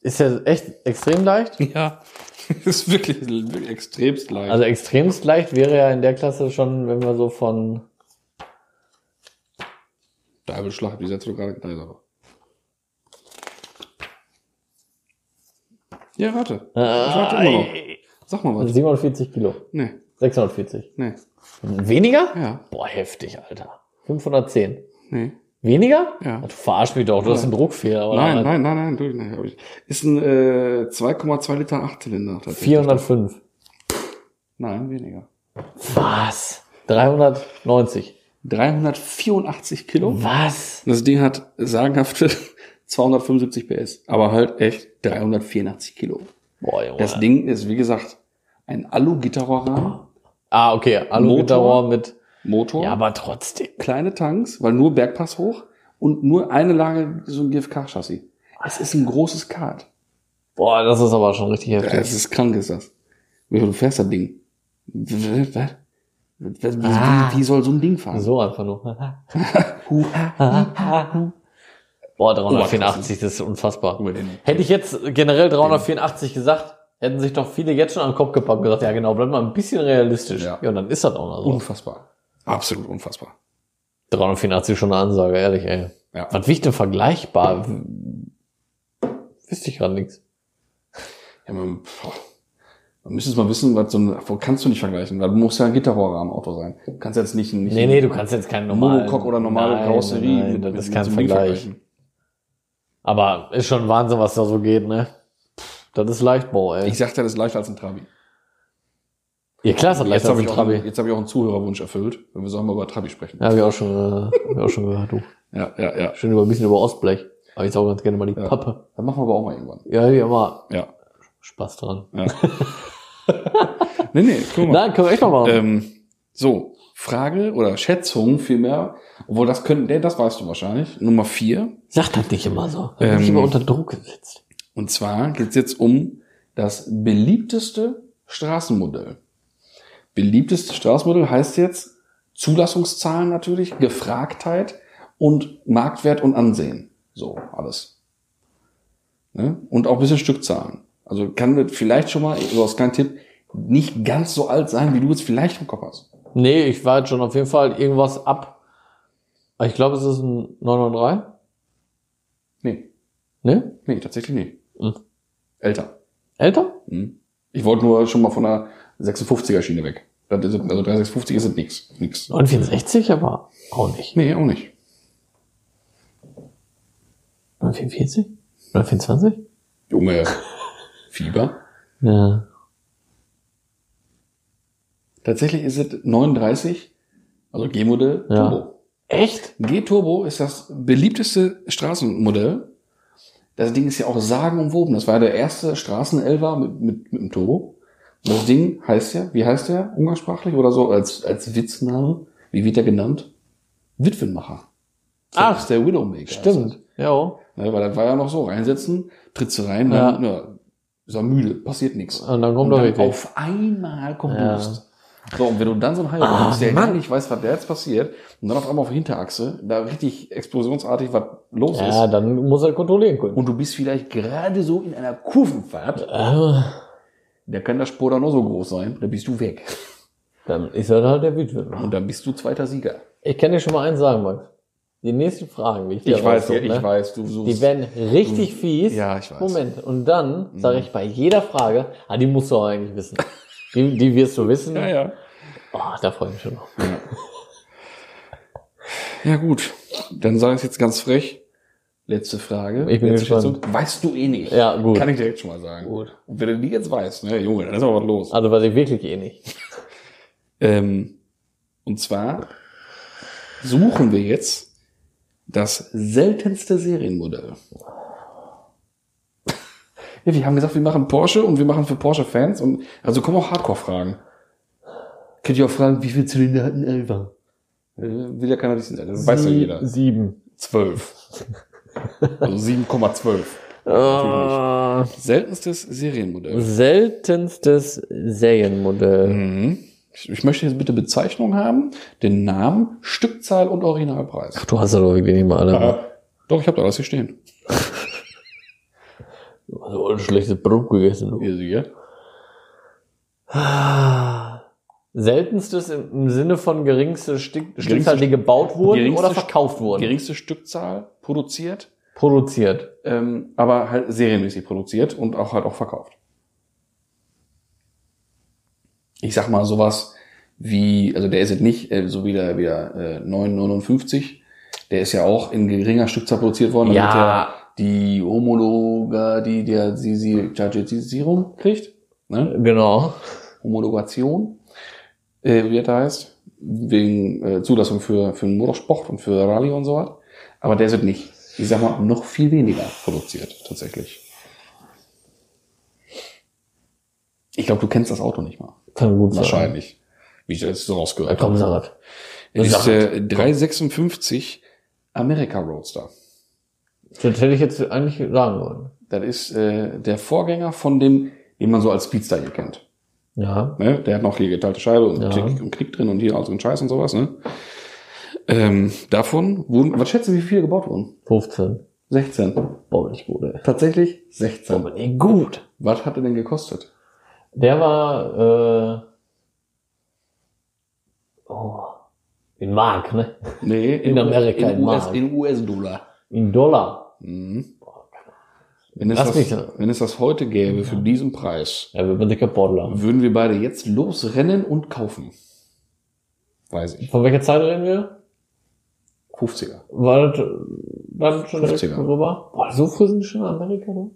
Ist ja echt extrem leicht.
Ja. ist wirklich, wirklich extremst leicht.
Also extremst leicht wäre ja in der Klasse schon, wenn wir so von.
da habe ich Schlag, hab die Sätze gerade geknallt. aber- Ja, warte. Ich warte
Ah,
immer noch. Sag mal was.
47 Kilo.
Nee,
640.
nee.
Weniger?
Ja,
Boah, heftig, Alter. 510.
nee.
Weniger?
Ja.
Du verarsch mich doch, du hast einen Druckfehler. oder?
Nein, nein, nein, nein, durch, nein, hab ich. Ist ein äh, 2,2 Liter Achtzylinder. tatsächlich.
405.
Nein, weniger.
Was? 390.
384 Kilo.
Mhm. Was?
Das Ding hat sagenhafte 275 PS, aber halt echt 384 Kilo.
Boah, Junge.
Das Ding ist, wie gesagt, ein Alugitterrohrrahmen,
ah, okay. Alu-Gitterrohr mit.
Motor,
Ja, aber trotzdem.
kleine Tanks, weil nur Bergpass hoch und nur eine Lage so ein GFK-Chassis. Es ist ein großes Kart.
Boah, das ist aber schon richtig heftig.
Das ist krank, ist das. Wie du fährst das Ding? Was? Was? Was?
Ah.
Wie, wie soll so ein Ding fahren?
So einfach nur.
Huh.
Boah, 384, das ist unfassbar.
Guck mal, den-
Hätte ich jetzt generell 384 gesagt, hätten sich doch viele jetzt schon an den Kopf gepackt und gesagt, ja genau, bleib mal ein bisschen realistisch. Ja,
Ja.
und dann ist das auch noch so.
Unfassbar. Absolut unfassbar.
384 schon eine Ansage, ehrlich, ey.
Ja.
Was wiegt denn vergleichbar? Wüsste ich gerade nichts.
Ja, man, boah. man müsste es mal wissen, was so ein, wo kannst du nicht vergleichen, weil du musst ja ein Gitterrohrrahmen am Auto sein. Du kannst jetzt nicht ein, nicht
Nee,
ein
nee, du kannst jetzt keinen normalen...
Monocoque oder normale
Nein,
Karosserie
nein,
mit-
das
mit-
ist
mit
kein
so einem Ding
Vergleich. Aber ist schon Wahnsinn, was da so geht, ne? Das ist Leichtbau, ey.
Ich sagte, das ist leichter als ein Trabi.
Ihr Klaas hat
Jetzt
leichter als
habe
ein
ich, auch einen-
Trabi.
jetzt hab ich auch einen Zuhörerwunsch erfüllt, wenn wir sagen mal über Trabi sprechen.
Ja, hab ich auch schon, äh, hab ich auch schon gehört, du.
Ja, ja, ja.
Schön über ein bisschen über Ostblech. Aber ich auch ganz gerne mal die
Ja.
Pappe.
Dann machen wir aber auch mal irgendwann.
Ja, ja, mal
Ja.
Spaß dran.
ja. nee, nee, guck mal.
Nein, können wir echt mal machen.
Ähm, so, Frage oder Schätzung vielmehr, obwohl das könnten, nee, das weißt du wahrscheinlich. Nummer vier.
Sag das nicht immer so. Dann bin ich
ähm,
immer unter Druck gesetzt.
Und zwar geht's jetzt um das beliebteste Straßenmodell. Beliebtestes Straßenmodell heißt jetzt Zulassungszahlen natürlich, Gefragtheit und Marktwert und Ansehen. So, alles. Ne? Und auch ein bisschen Stückzahlen. Also kann das vielleicht schon mal, so als kleinen Tipp, nicht ganz so alt sein, wie du es vielleicht im Kopf hast.
Nee, ich war jetzt schon auf jeden Fall irgendwas ab. Ah, Ich glaube, es ist ein 993.
Nee,
Ne?
nee, tatsächlich nicht.
Hm.
Älter.
Älter?
Hm. Ich wollte nur schon mal von der 56er Schiene weg. Das ist, also 356 ist es nix. Nix.
964, aber auch nicht.
Nee, auch nicht.
944? 924?
Junge. Fieber.
Ja.
Tatsächlich ist es 39, also G-Modell
Ja.
Turbo.
Echt?
G-Turbo ist das beliebteste Straßenmodell. Das Ding ist ja auch sagenumwoben. Das war der erste Straßenelver mit, mit, mit dem Turbo. Und das Ding heißt ja, wie heißt der umgangssprachlich oder so als, als Witzname? Wie wird der genannt? Witwenmacher.
Ach,
Das ist der Widowmaker. Also,
Stimmt. Ja.
Ne, weil das war ja noch so, reinsetzen, trittst du rein,
Ja.
dann na, ist er müde, passiert nichts.
Und dann kommt
Und
er
dann
richtig.
auf einmal kommt
Ja. Ah,
Durst. So, und wenn du dann so einen Highway hast, der gar nicht weiß, was da jetzt passiert, und dann auf einmal auf Hinterachse, da richtig explosionsartig was los
Ja,
ist,
dann muss er kontrollieren können.
und du bist vielleicht gerade so in einer Kurvenfahrt,
Ah,
da kann der Spur dann nur so groß sein, da bist du weg.
dann ist er halt der Witwer.
Und dann bist du zweiter Sieger.
Ich kann dir schon mal eins sagen, Max. Die nächsten Fragen, wie ich dir raussuche, ne?
weiß, du suchst.
Die werden richtig fies.
Hm. Ja, ich weiß. Hm.
Moment. Und dann sage ich bei jeder Frage, ah, die musst du auch eigentlich wissen. Die, die wirst du wissen.
ja, ja.
Oh, da freue ich mich schon noch.
Ja gut, dann sage ich jetzt ganz frech. Letzte Frage.
Ich bin
Letzte
gespannt.
Schätzung. Weißt du eh nicht.
Ja, gut.
Kann ich dir jetzt schon mal sagen.
Gut.
Und wenn du die jetzt weißt, ne, Junge, dann ist aber was los.
Also weiß ich wirklich eh nicht.
Ähm, und zwar suchen wir jetzt das seltenste Serienmodell. Ja, wir haben gesagt, wir machen Porsche und wir machen für Porsche-Fans. und Also kommen auch Hardcore-Fragen. Könnt ihr auch fragen, wie viel Zylinder hat ein Elva? Äh, Will ja keiner wissen. Das weiß ja
Sie-
jeder.
Sieben.
12. Also 7,12.
Äh,
Seltenstes Serienmodell.
seltenstes Serienmodell.
Mhm. Ich ich möchte jetzt bitte Bezeichnung haben, den Namen, Stückzahl und Originalpreis.
Du hast ja doch wirklich nicht mal alle.
Äh, doch, ich habe da alles hier stehen.
Du hast auch ein schlechtes Brot gegessen. Du.
Ihr seht.
Ah. Seltenstes im, im Sinne von geringste Stick,
Geringste
Stückzahl, die gebaut wurden
geringste
oder
St-
verkauft wurden.
Geringste Stückzahl produziert,
Produziert.
ähm, aber halt serienmäßig produziert und auch halt auch verkauft. Ich sag mal sowas wie, also der ist jetzt nicht äh, so wie der, wie der äh, 959, der ist ja auch in geringer Stückzahl produziert worden,
Ja.
er die Homologa, die der sie sie Judgeisierung kriegt, ne?
Genau.
Homologation, äh, wie das da heißt, wegen äh, Zulassung für, für den Motorsport und für Rallye und so was. Aber der wird nicht, ich sag mal, noch viel weniger produziert, tatsächlich. Ich glaube, du kennst das Auto nicht mal.
Kann gut sein.
Wahrscheinlich. Wie ich das jetzt so
Ja,
rausgehört
komm, halt,
habe.
Sarat.
Es
Sag
ist äh, 356 America Roadster.
Das hätte ich jetzt eigentlich sagen wollen.
Das ist äh, der Vorgänger von dem, den man so als Speedster hier kennt.
Ja.
Ne? Der hat noch hier geteilte Scheibe und
Ja.
Klick und Klick drin und hier all so ein Scheiß und sowas. Ne? Ähm, davon wurden, was schätze, wie viele gebaut wurden?
15.
16.
Boah, nicht gut, ey.
Tatsächlich
Boah,
16.
bin ich gut.
Was hat er denn gekostet?
Der war, äh, oh, in Mark, ne?
Nee,
In Amerika, in
in US,
Mark.
in US-Dollar.
In Dollar.
Mhm. Wenn, es
Lass
das,
mich da-
wenn es das heute gäbe für diesen Preis,
Ja, wird man sich kaputt lachen.
würden wir beide jetzt losrennen und kaufen. Weiß ich.
Von welcher Zeit reden wir?
50er.
War das äh, dann schon direkt
50er.
rüber? Boah, so früh sind die schon in Amerika, ne?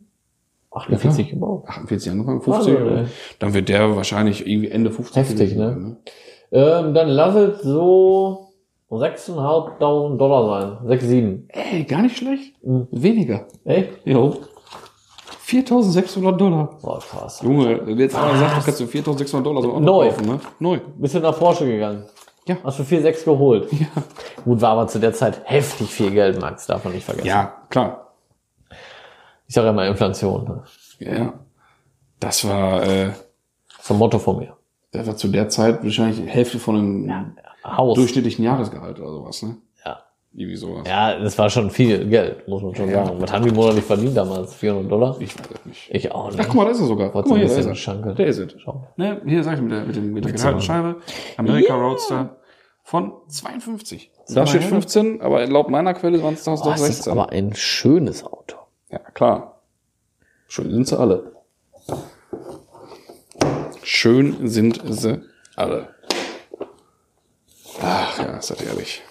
48 gebaut.
48 angefangen,
Also,
50er.
ey.
Dann wird der wahrscheinlich irgendwie Ende 50
Heftig,
gewesen
ne?
sein,
Ähm, dann lass es so 6.500 Dollar sein. 6, 7.
Ey, gar nicht schlecht.
Mhm.
Weniger.
Echt?
Jo. 4600 Dollar.
Boah, krass.
Junge, wenn jetzt einer
Was?
sagt, du kannst du 4600 Dollar so ein Auto
Neu.
kaufen, ne? Neu.
Bist du nach Porsche gegangen?
Ja.
Hast du 4,6 geholt? Ja. Gut, war aber zu der Zeit heftig viel Geld, Max, darf man nicht vergessen.
Ja, klar.
Ich sage immer Inflation. Ne?
Ja, ja. Das war, äh,
Das ist ein Motto von mir.
das war zu der Zeit wahrscheinlich die Hälfte von einem
Haus.
durchschnittlichen Jahresgehalt oder sowas, ne?
Ja.
Irgendwie sowas.
ja, das war schon viel Geld, muss man schon
Ja.
sagen. Was haben die monatlich verdient damals? 400 Dollar?
Ich weiß es nicht.
Ich auch nicht.
Ach, guck mal, da ist er sogar.
Wollt's
Guck mal,
ein
hier, da
bisschen
ist er.
schankeln.
Der ist es.
Schau.
Ne, hier sag ich mit der, mit dem, mit der geteilten Scheibe. America Roadster von 52. Da steht 15, aber laut meiner Quelle waren es
Oh,
doch
das ist
16.
aber ein schönes Auto.
Ja, klar. Schön sind sie alle. Schön sind sie alle. Ach ja, ist das ehrlich.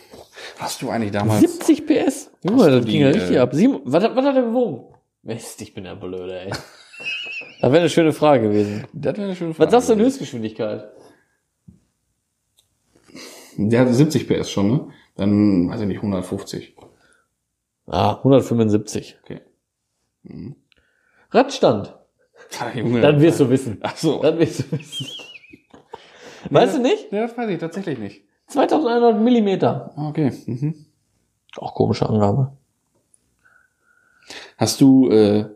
Hast du eigentlich damals.
70 PS?
Hast
Junge,
du
das
die,
ging ja richtig
äh,
ab. Sieben, was, hat- was hat er gewogen? Mist, ich bin ja blöde, ey. Das wäre eine schöne Frage gewesen.
Das wäre eine schöne Frage.
Was sagst du denn Höchstgeschwindigkeit?
Der hat 70 PS schon, ne? Dann, weiß ich nicht, 150.
Ah, 175.
Okay.
Radstand.
Ja, Ah, Junge.
Dann wirst du wissen.
Ach so.
Dann wirst du wissen. Weißt du nicht?
Ja, das weiß ich tatsächlich nicht.
2100 Millimeter.
Ah, Okay. Mhm.
Auch komische Angabe.
Hast du äh,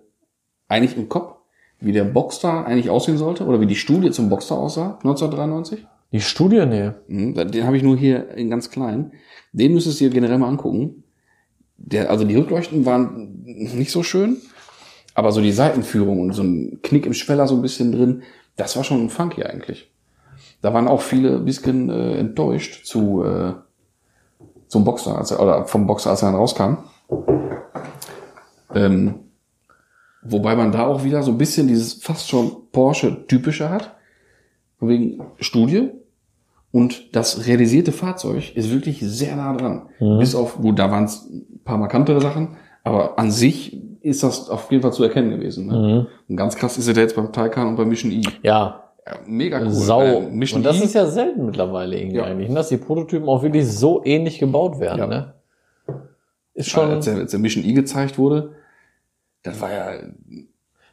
eigentlich im Kopf, wie der Boxster eigentlich aussehen sollte oder wie die Studie zum Boxster aussah 1993?
Die Studie? Nee.
Mhm, den habe ich nur hier in ganz klein. Den müsstest du dir generell mal angucken. Der, also die Rückleuchten waren nicht so schön, aber so die Seitenführung und so ein Knick im Schweller so ein bisschen drin, das war schon funky eigentlich. Da waren auch viele ein bisschen äh, enttäuscht zu äh, zum Boxer, als er, oder vom Boxer, als er dann rauskam. Ähm, wobei man da auch wieder so ein bisschen dieses fast schon Porsche-typische hat. Von wegen Studie. Und das realisierte Fahrzeug ist wirklich sehr nah dran.
Mhm.
Bis auf, gut, da waren es ein paar markantere Sachen, aber an sich ist das auf jeden Fall zu erkennen gewesen.
Mhm.
Ne? Und ganz krass ist er da jetzt beim Taycan und beim Mission E.
Ja,
Ja, mega cool.
Sau.
Äh, Mission
Und das
E.
ist ja selten mittlerweile irgendwie
Ja.
eigentlich, ne? dass die Prototypen auch wirklich so ähnlich gebaut werden.
Ja.
Ne? Ist
Weil
schon.
als, der, als der Mission E gezeigt wurde, das war ja ein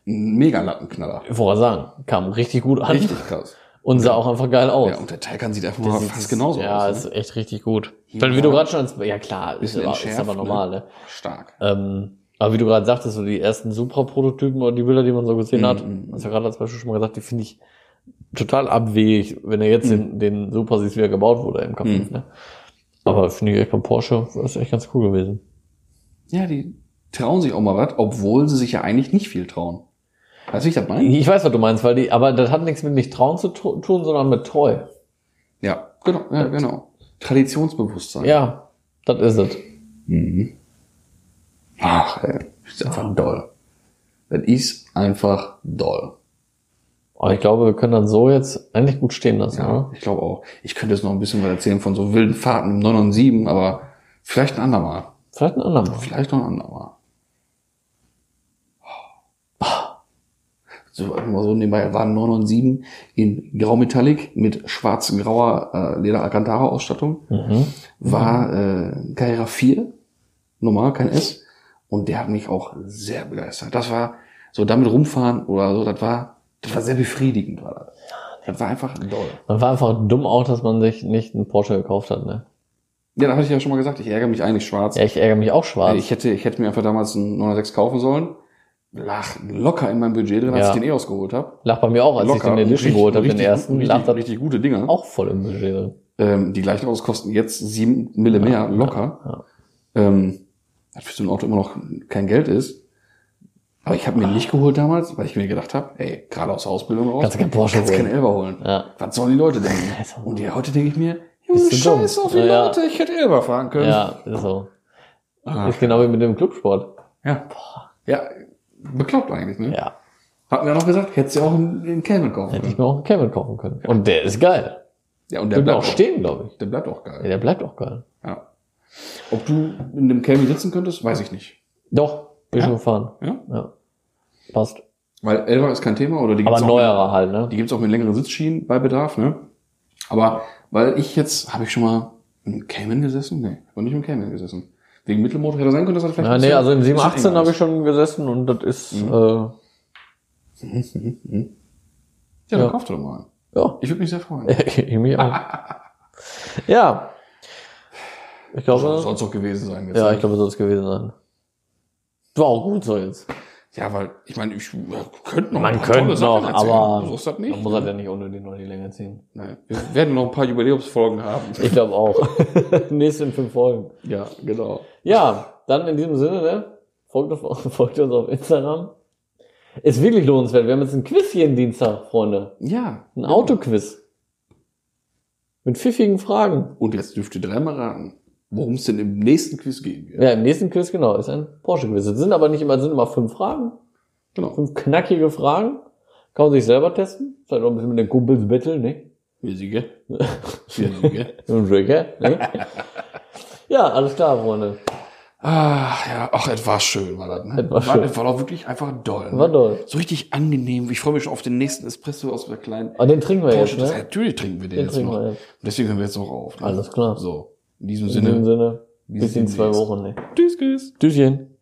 mega Lattenknaller.
Ich wollte gerade sagen, kam richtig gut an
Richtig krass.
und sah auch einfach geil aus.
Ja, und der Taycan sieht einfach
Oh. Der
mal
sieht-
fast genauso
ja,
aus.
ist
Ne?
echt richtig gut.
Hier
Weil wie
war-
du gerade schon, als, ja klar, ist
Bisschen
aber, ne? ist
entschärft,
aber normal, ne?
Stark.
Ähm, Aber wie du gerade sagtest, so die ersten Supra-Prototypen oder die Bilder, die man so gesehen
Mhm.
hat, hast du ja gerade als Beispiel schon mal gesagt, die finde ich total abwegig, wenn er jetzt den, den Supra siehst, wie er gebaut wurde im K5. Ne? Aber finde ich echt beim Porsche, das ist echt ganz cool gewesen.
Ja, die trauen sich auch mal was, obwohl sie sich ja eigentlich nicht viel trauen. Weißt du, wie ich das meine?
Ich weiß, was du meinst, weil die, aber das hat nichts mit nicht trauen zu tu- tun, sondern mit treu.
Ja, genau, ja, genau. Traditionsbewusstsein.
Ja, das ist es.
Mhm. Ach, ey, ist einfach doll. Das ist einfach doll.
Aber ich glaube, wir können dann so jetzt eigentlich gut stehen lassen,
Ja,
oder?
ich glaube auch. Ich könnte jetzt noch ein bisschen was erzählen von so wilden Fahrten im 9 und 7, aber vielleicht ein andermal.
Vielleicht ein andermal.
Vielleicht noch ein andermal. So, einfach mal so nebenbei waren 9 und 7 in Graumetallic mit schwarz-grauer äh, Leder-Alcantara-Ausstattung.
Mhm.
War äh, Carrera 4, normal, kein S. Und der hat mich auch sehr begeistert. Das war so damit rumfahren oder so, das war, das war sehr befriedigend. War das. das war einfach doll.
Man war einfach dumm auch, dass man sich nicht einen Porsche gekauft hat, ne?
Ja, da hatte ich ja schon mal gesagt, ich ärgere mich eigentlich schwarz.
Ja, ich ärgere mich auch schwarz.
Ich hätte, ich hätte mir einfach damals einen 906 kaufen sollen. Lach locker in meinem Budget drin, als
Ja.
ich den EOS geholt habe.
Lach bei mir auch, als
Locker.
ich den Edition
Richtig-
geholt habe, den
richtig-
ersten, lach
Richtig,
das
richtig gute Dinger.
auch voll im Budget.
Ähm, die gleichen Autos kosten jetzt sieben Mille mehr,
Ja,
locker. Ähm, was für so ein Auto immer noch kein Geld ist. Aber ich habe mir nicht geholt damals, weil ich mir gedacht habe, ey, gerade aus der Ausbildung raus,
Kannst du keinen Porsche
kannst
holen.
keinen Elber holen.
Ja.
Was sollen die Leute denken?
ist doch-
Und ja, heute denke ich mir, Junge,
du dumm?
scheiß auf die
Ja, ja.
Leute, ich hätte Elber fahren können.
Ja, ist so.
Ah.
Ist genau wie mit dem Clubsport.
Ja. Ja, bekloppt eigentlich, ne?
Ja.
Hatten wir noch gesagt, hättest du auch einen, einen Kelvin kaufen
Hätte ich
können.
mir auch einen Camel kaufen können. Und der ist geil.
Ja, und
Der bleibt auch
stehen.
stehen, glaube ich.
Der bleibt auch geil.
Ja, der bleibt auch geil.
Ja. Ob du in dem Kelvin sitzen könntest, weiß ich nicht.
Doch, bin schon gefahren.
Ja?
Ja. Passt.
Weil Elva ist kein Thema oder die
Aber
gibt's auch,
neuerer halt, ne?
die gibt's auch mit längeren Sitzschienen bei Bedarf, ne? Aber weil ich jetzt, habe ich schon mal im Cayman gesessen? Nee, aber nicht im Cayman gesessen. Wegen Mittelmotor hätte sein können, dass er vielleicht.
Ja, nee, also im 718 habe ich
schon.
schon gesessen und das ist,
Mhm.
äh,
Ja, dann
ja.
kauf doch mal. einen.
ja,
Ich würde mich sehr freuen.
ich mich auch. Ja. Ich glaube,
Soll's doch gewesen sein jetzt.
ja,
ne?
ich glaube, soll es gewesen sein. War auch gut so jetzt.
ja weil ich meine, ich wir könnten noch ein
Man
paar
könnte
tolle Sachen
noch,
erzählen.
aber
Du das
man
nicht.
muss halt ja nicht unnötig noch die Länge ziehen.
Nein. Wir werden noch ein paar Jubiläumsfolgen haben.
Ich glaube auch. Nächste in fünf Folgen.
Ja, genau.
Ja, dann in diesem Sinne, ne? Folgt, auf, folgt uns auf Instagram. Ist wirklich lohnenswert. Wir haben jetzt ein Quiz jeden Dienstag, Freunde.
Ja.
Ein Autoquiz. Mit pfiffigen Fragen.
Und jetzt dürft ihr dreimal raten, worum es denn im nächsten Quiz gehen wird.
Ja, im nächsten Quiz, genau, ist ein Porsche-Quiz. Es sind aber nicht immer, sind immer fünf Fragen.
Genau.
Fünf knackige Fragen. Kann man sich selber testen. Vielleicht auch ein bisschen mit den Kumpels betteln, ne?
Wir Sieger. Wir Sieger.
Im Drücker, ne? ja, alles klar, Freunde.
Ach Ah, ja, ach, es war schön, war das, ne?
Es war schön.
Es war doch wirklich einfach doll. Ne?
War doll.
So richtig angenehm. Ich freue mich schon auf den nächsten Espresso aus der kleinen
Aber Ah, den trinken wir jetzt,
Porsche. Das-
ne?
Natürlich trinken wir den,
Den
jetzt
trinken
noch.
wir
Und
jetzt.
deswegen hören wir jetzt noch auf. Ne?
Alles klar.
So, in diesem
In diesem
Sinne.
Sinne,
Wir
bis
sehen
in zwei
uns.
Wochen, ne?
Tschüss, tschüss.
Tschüsschen.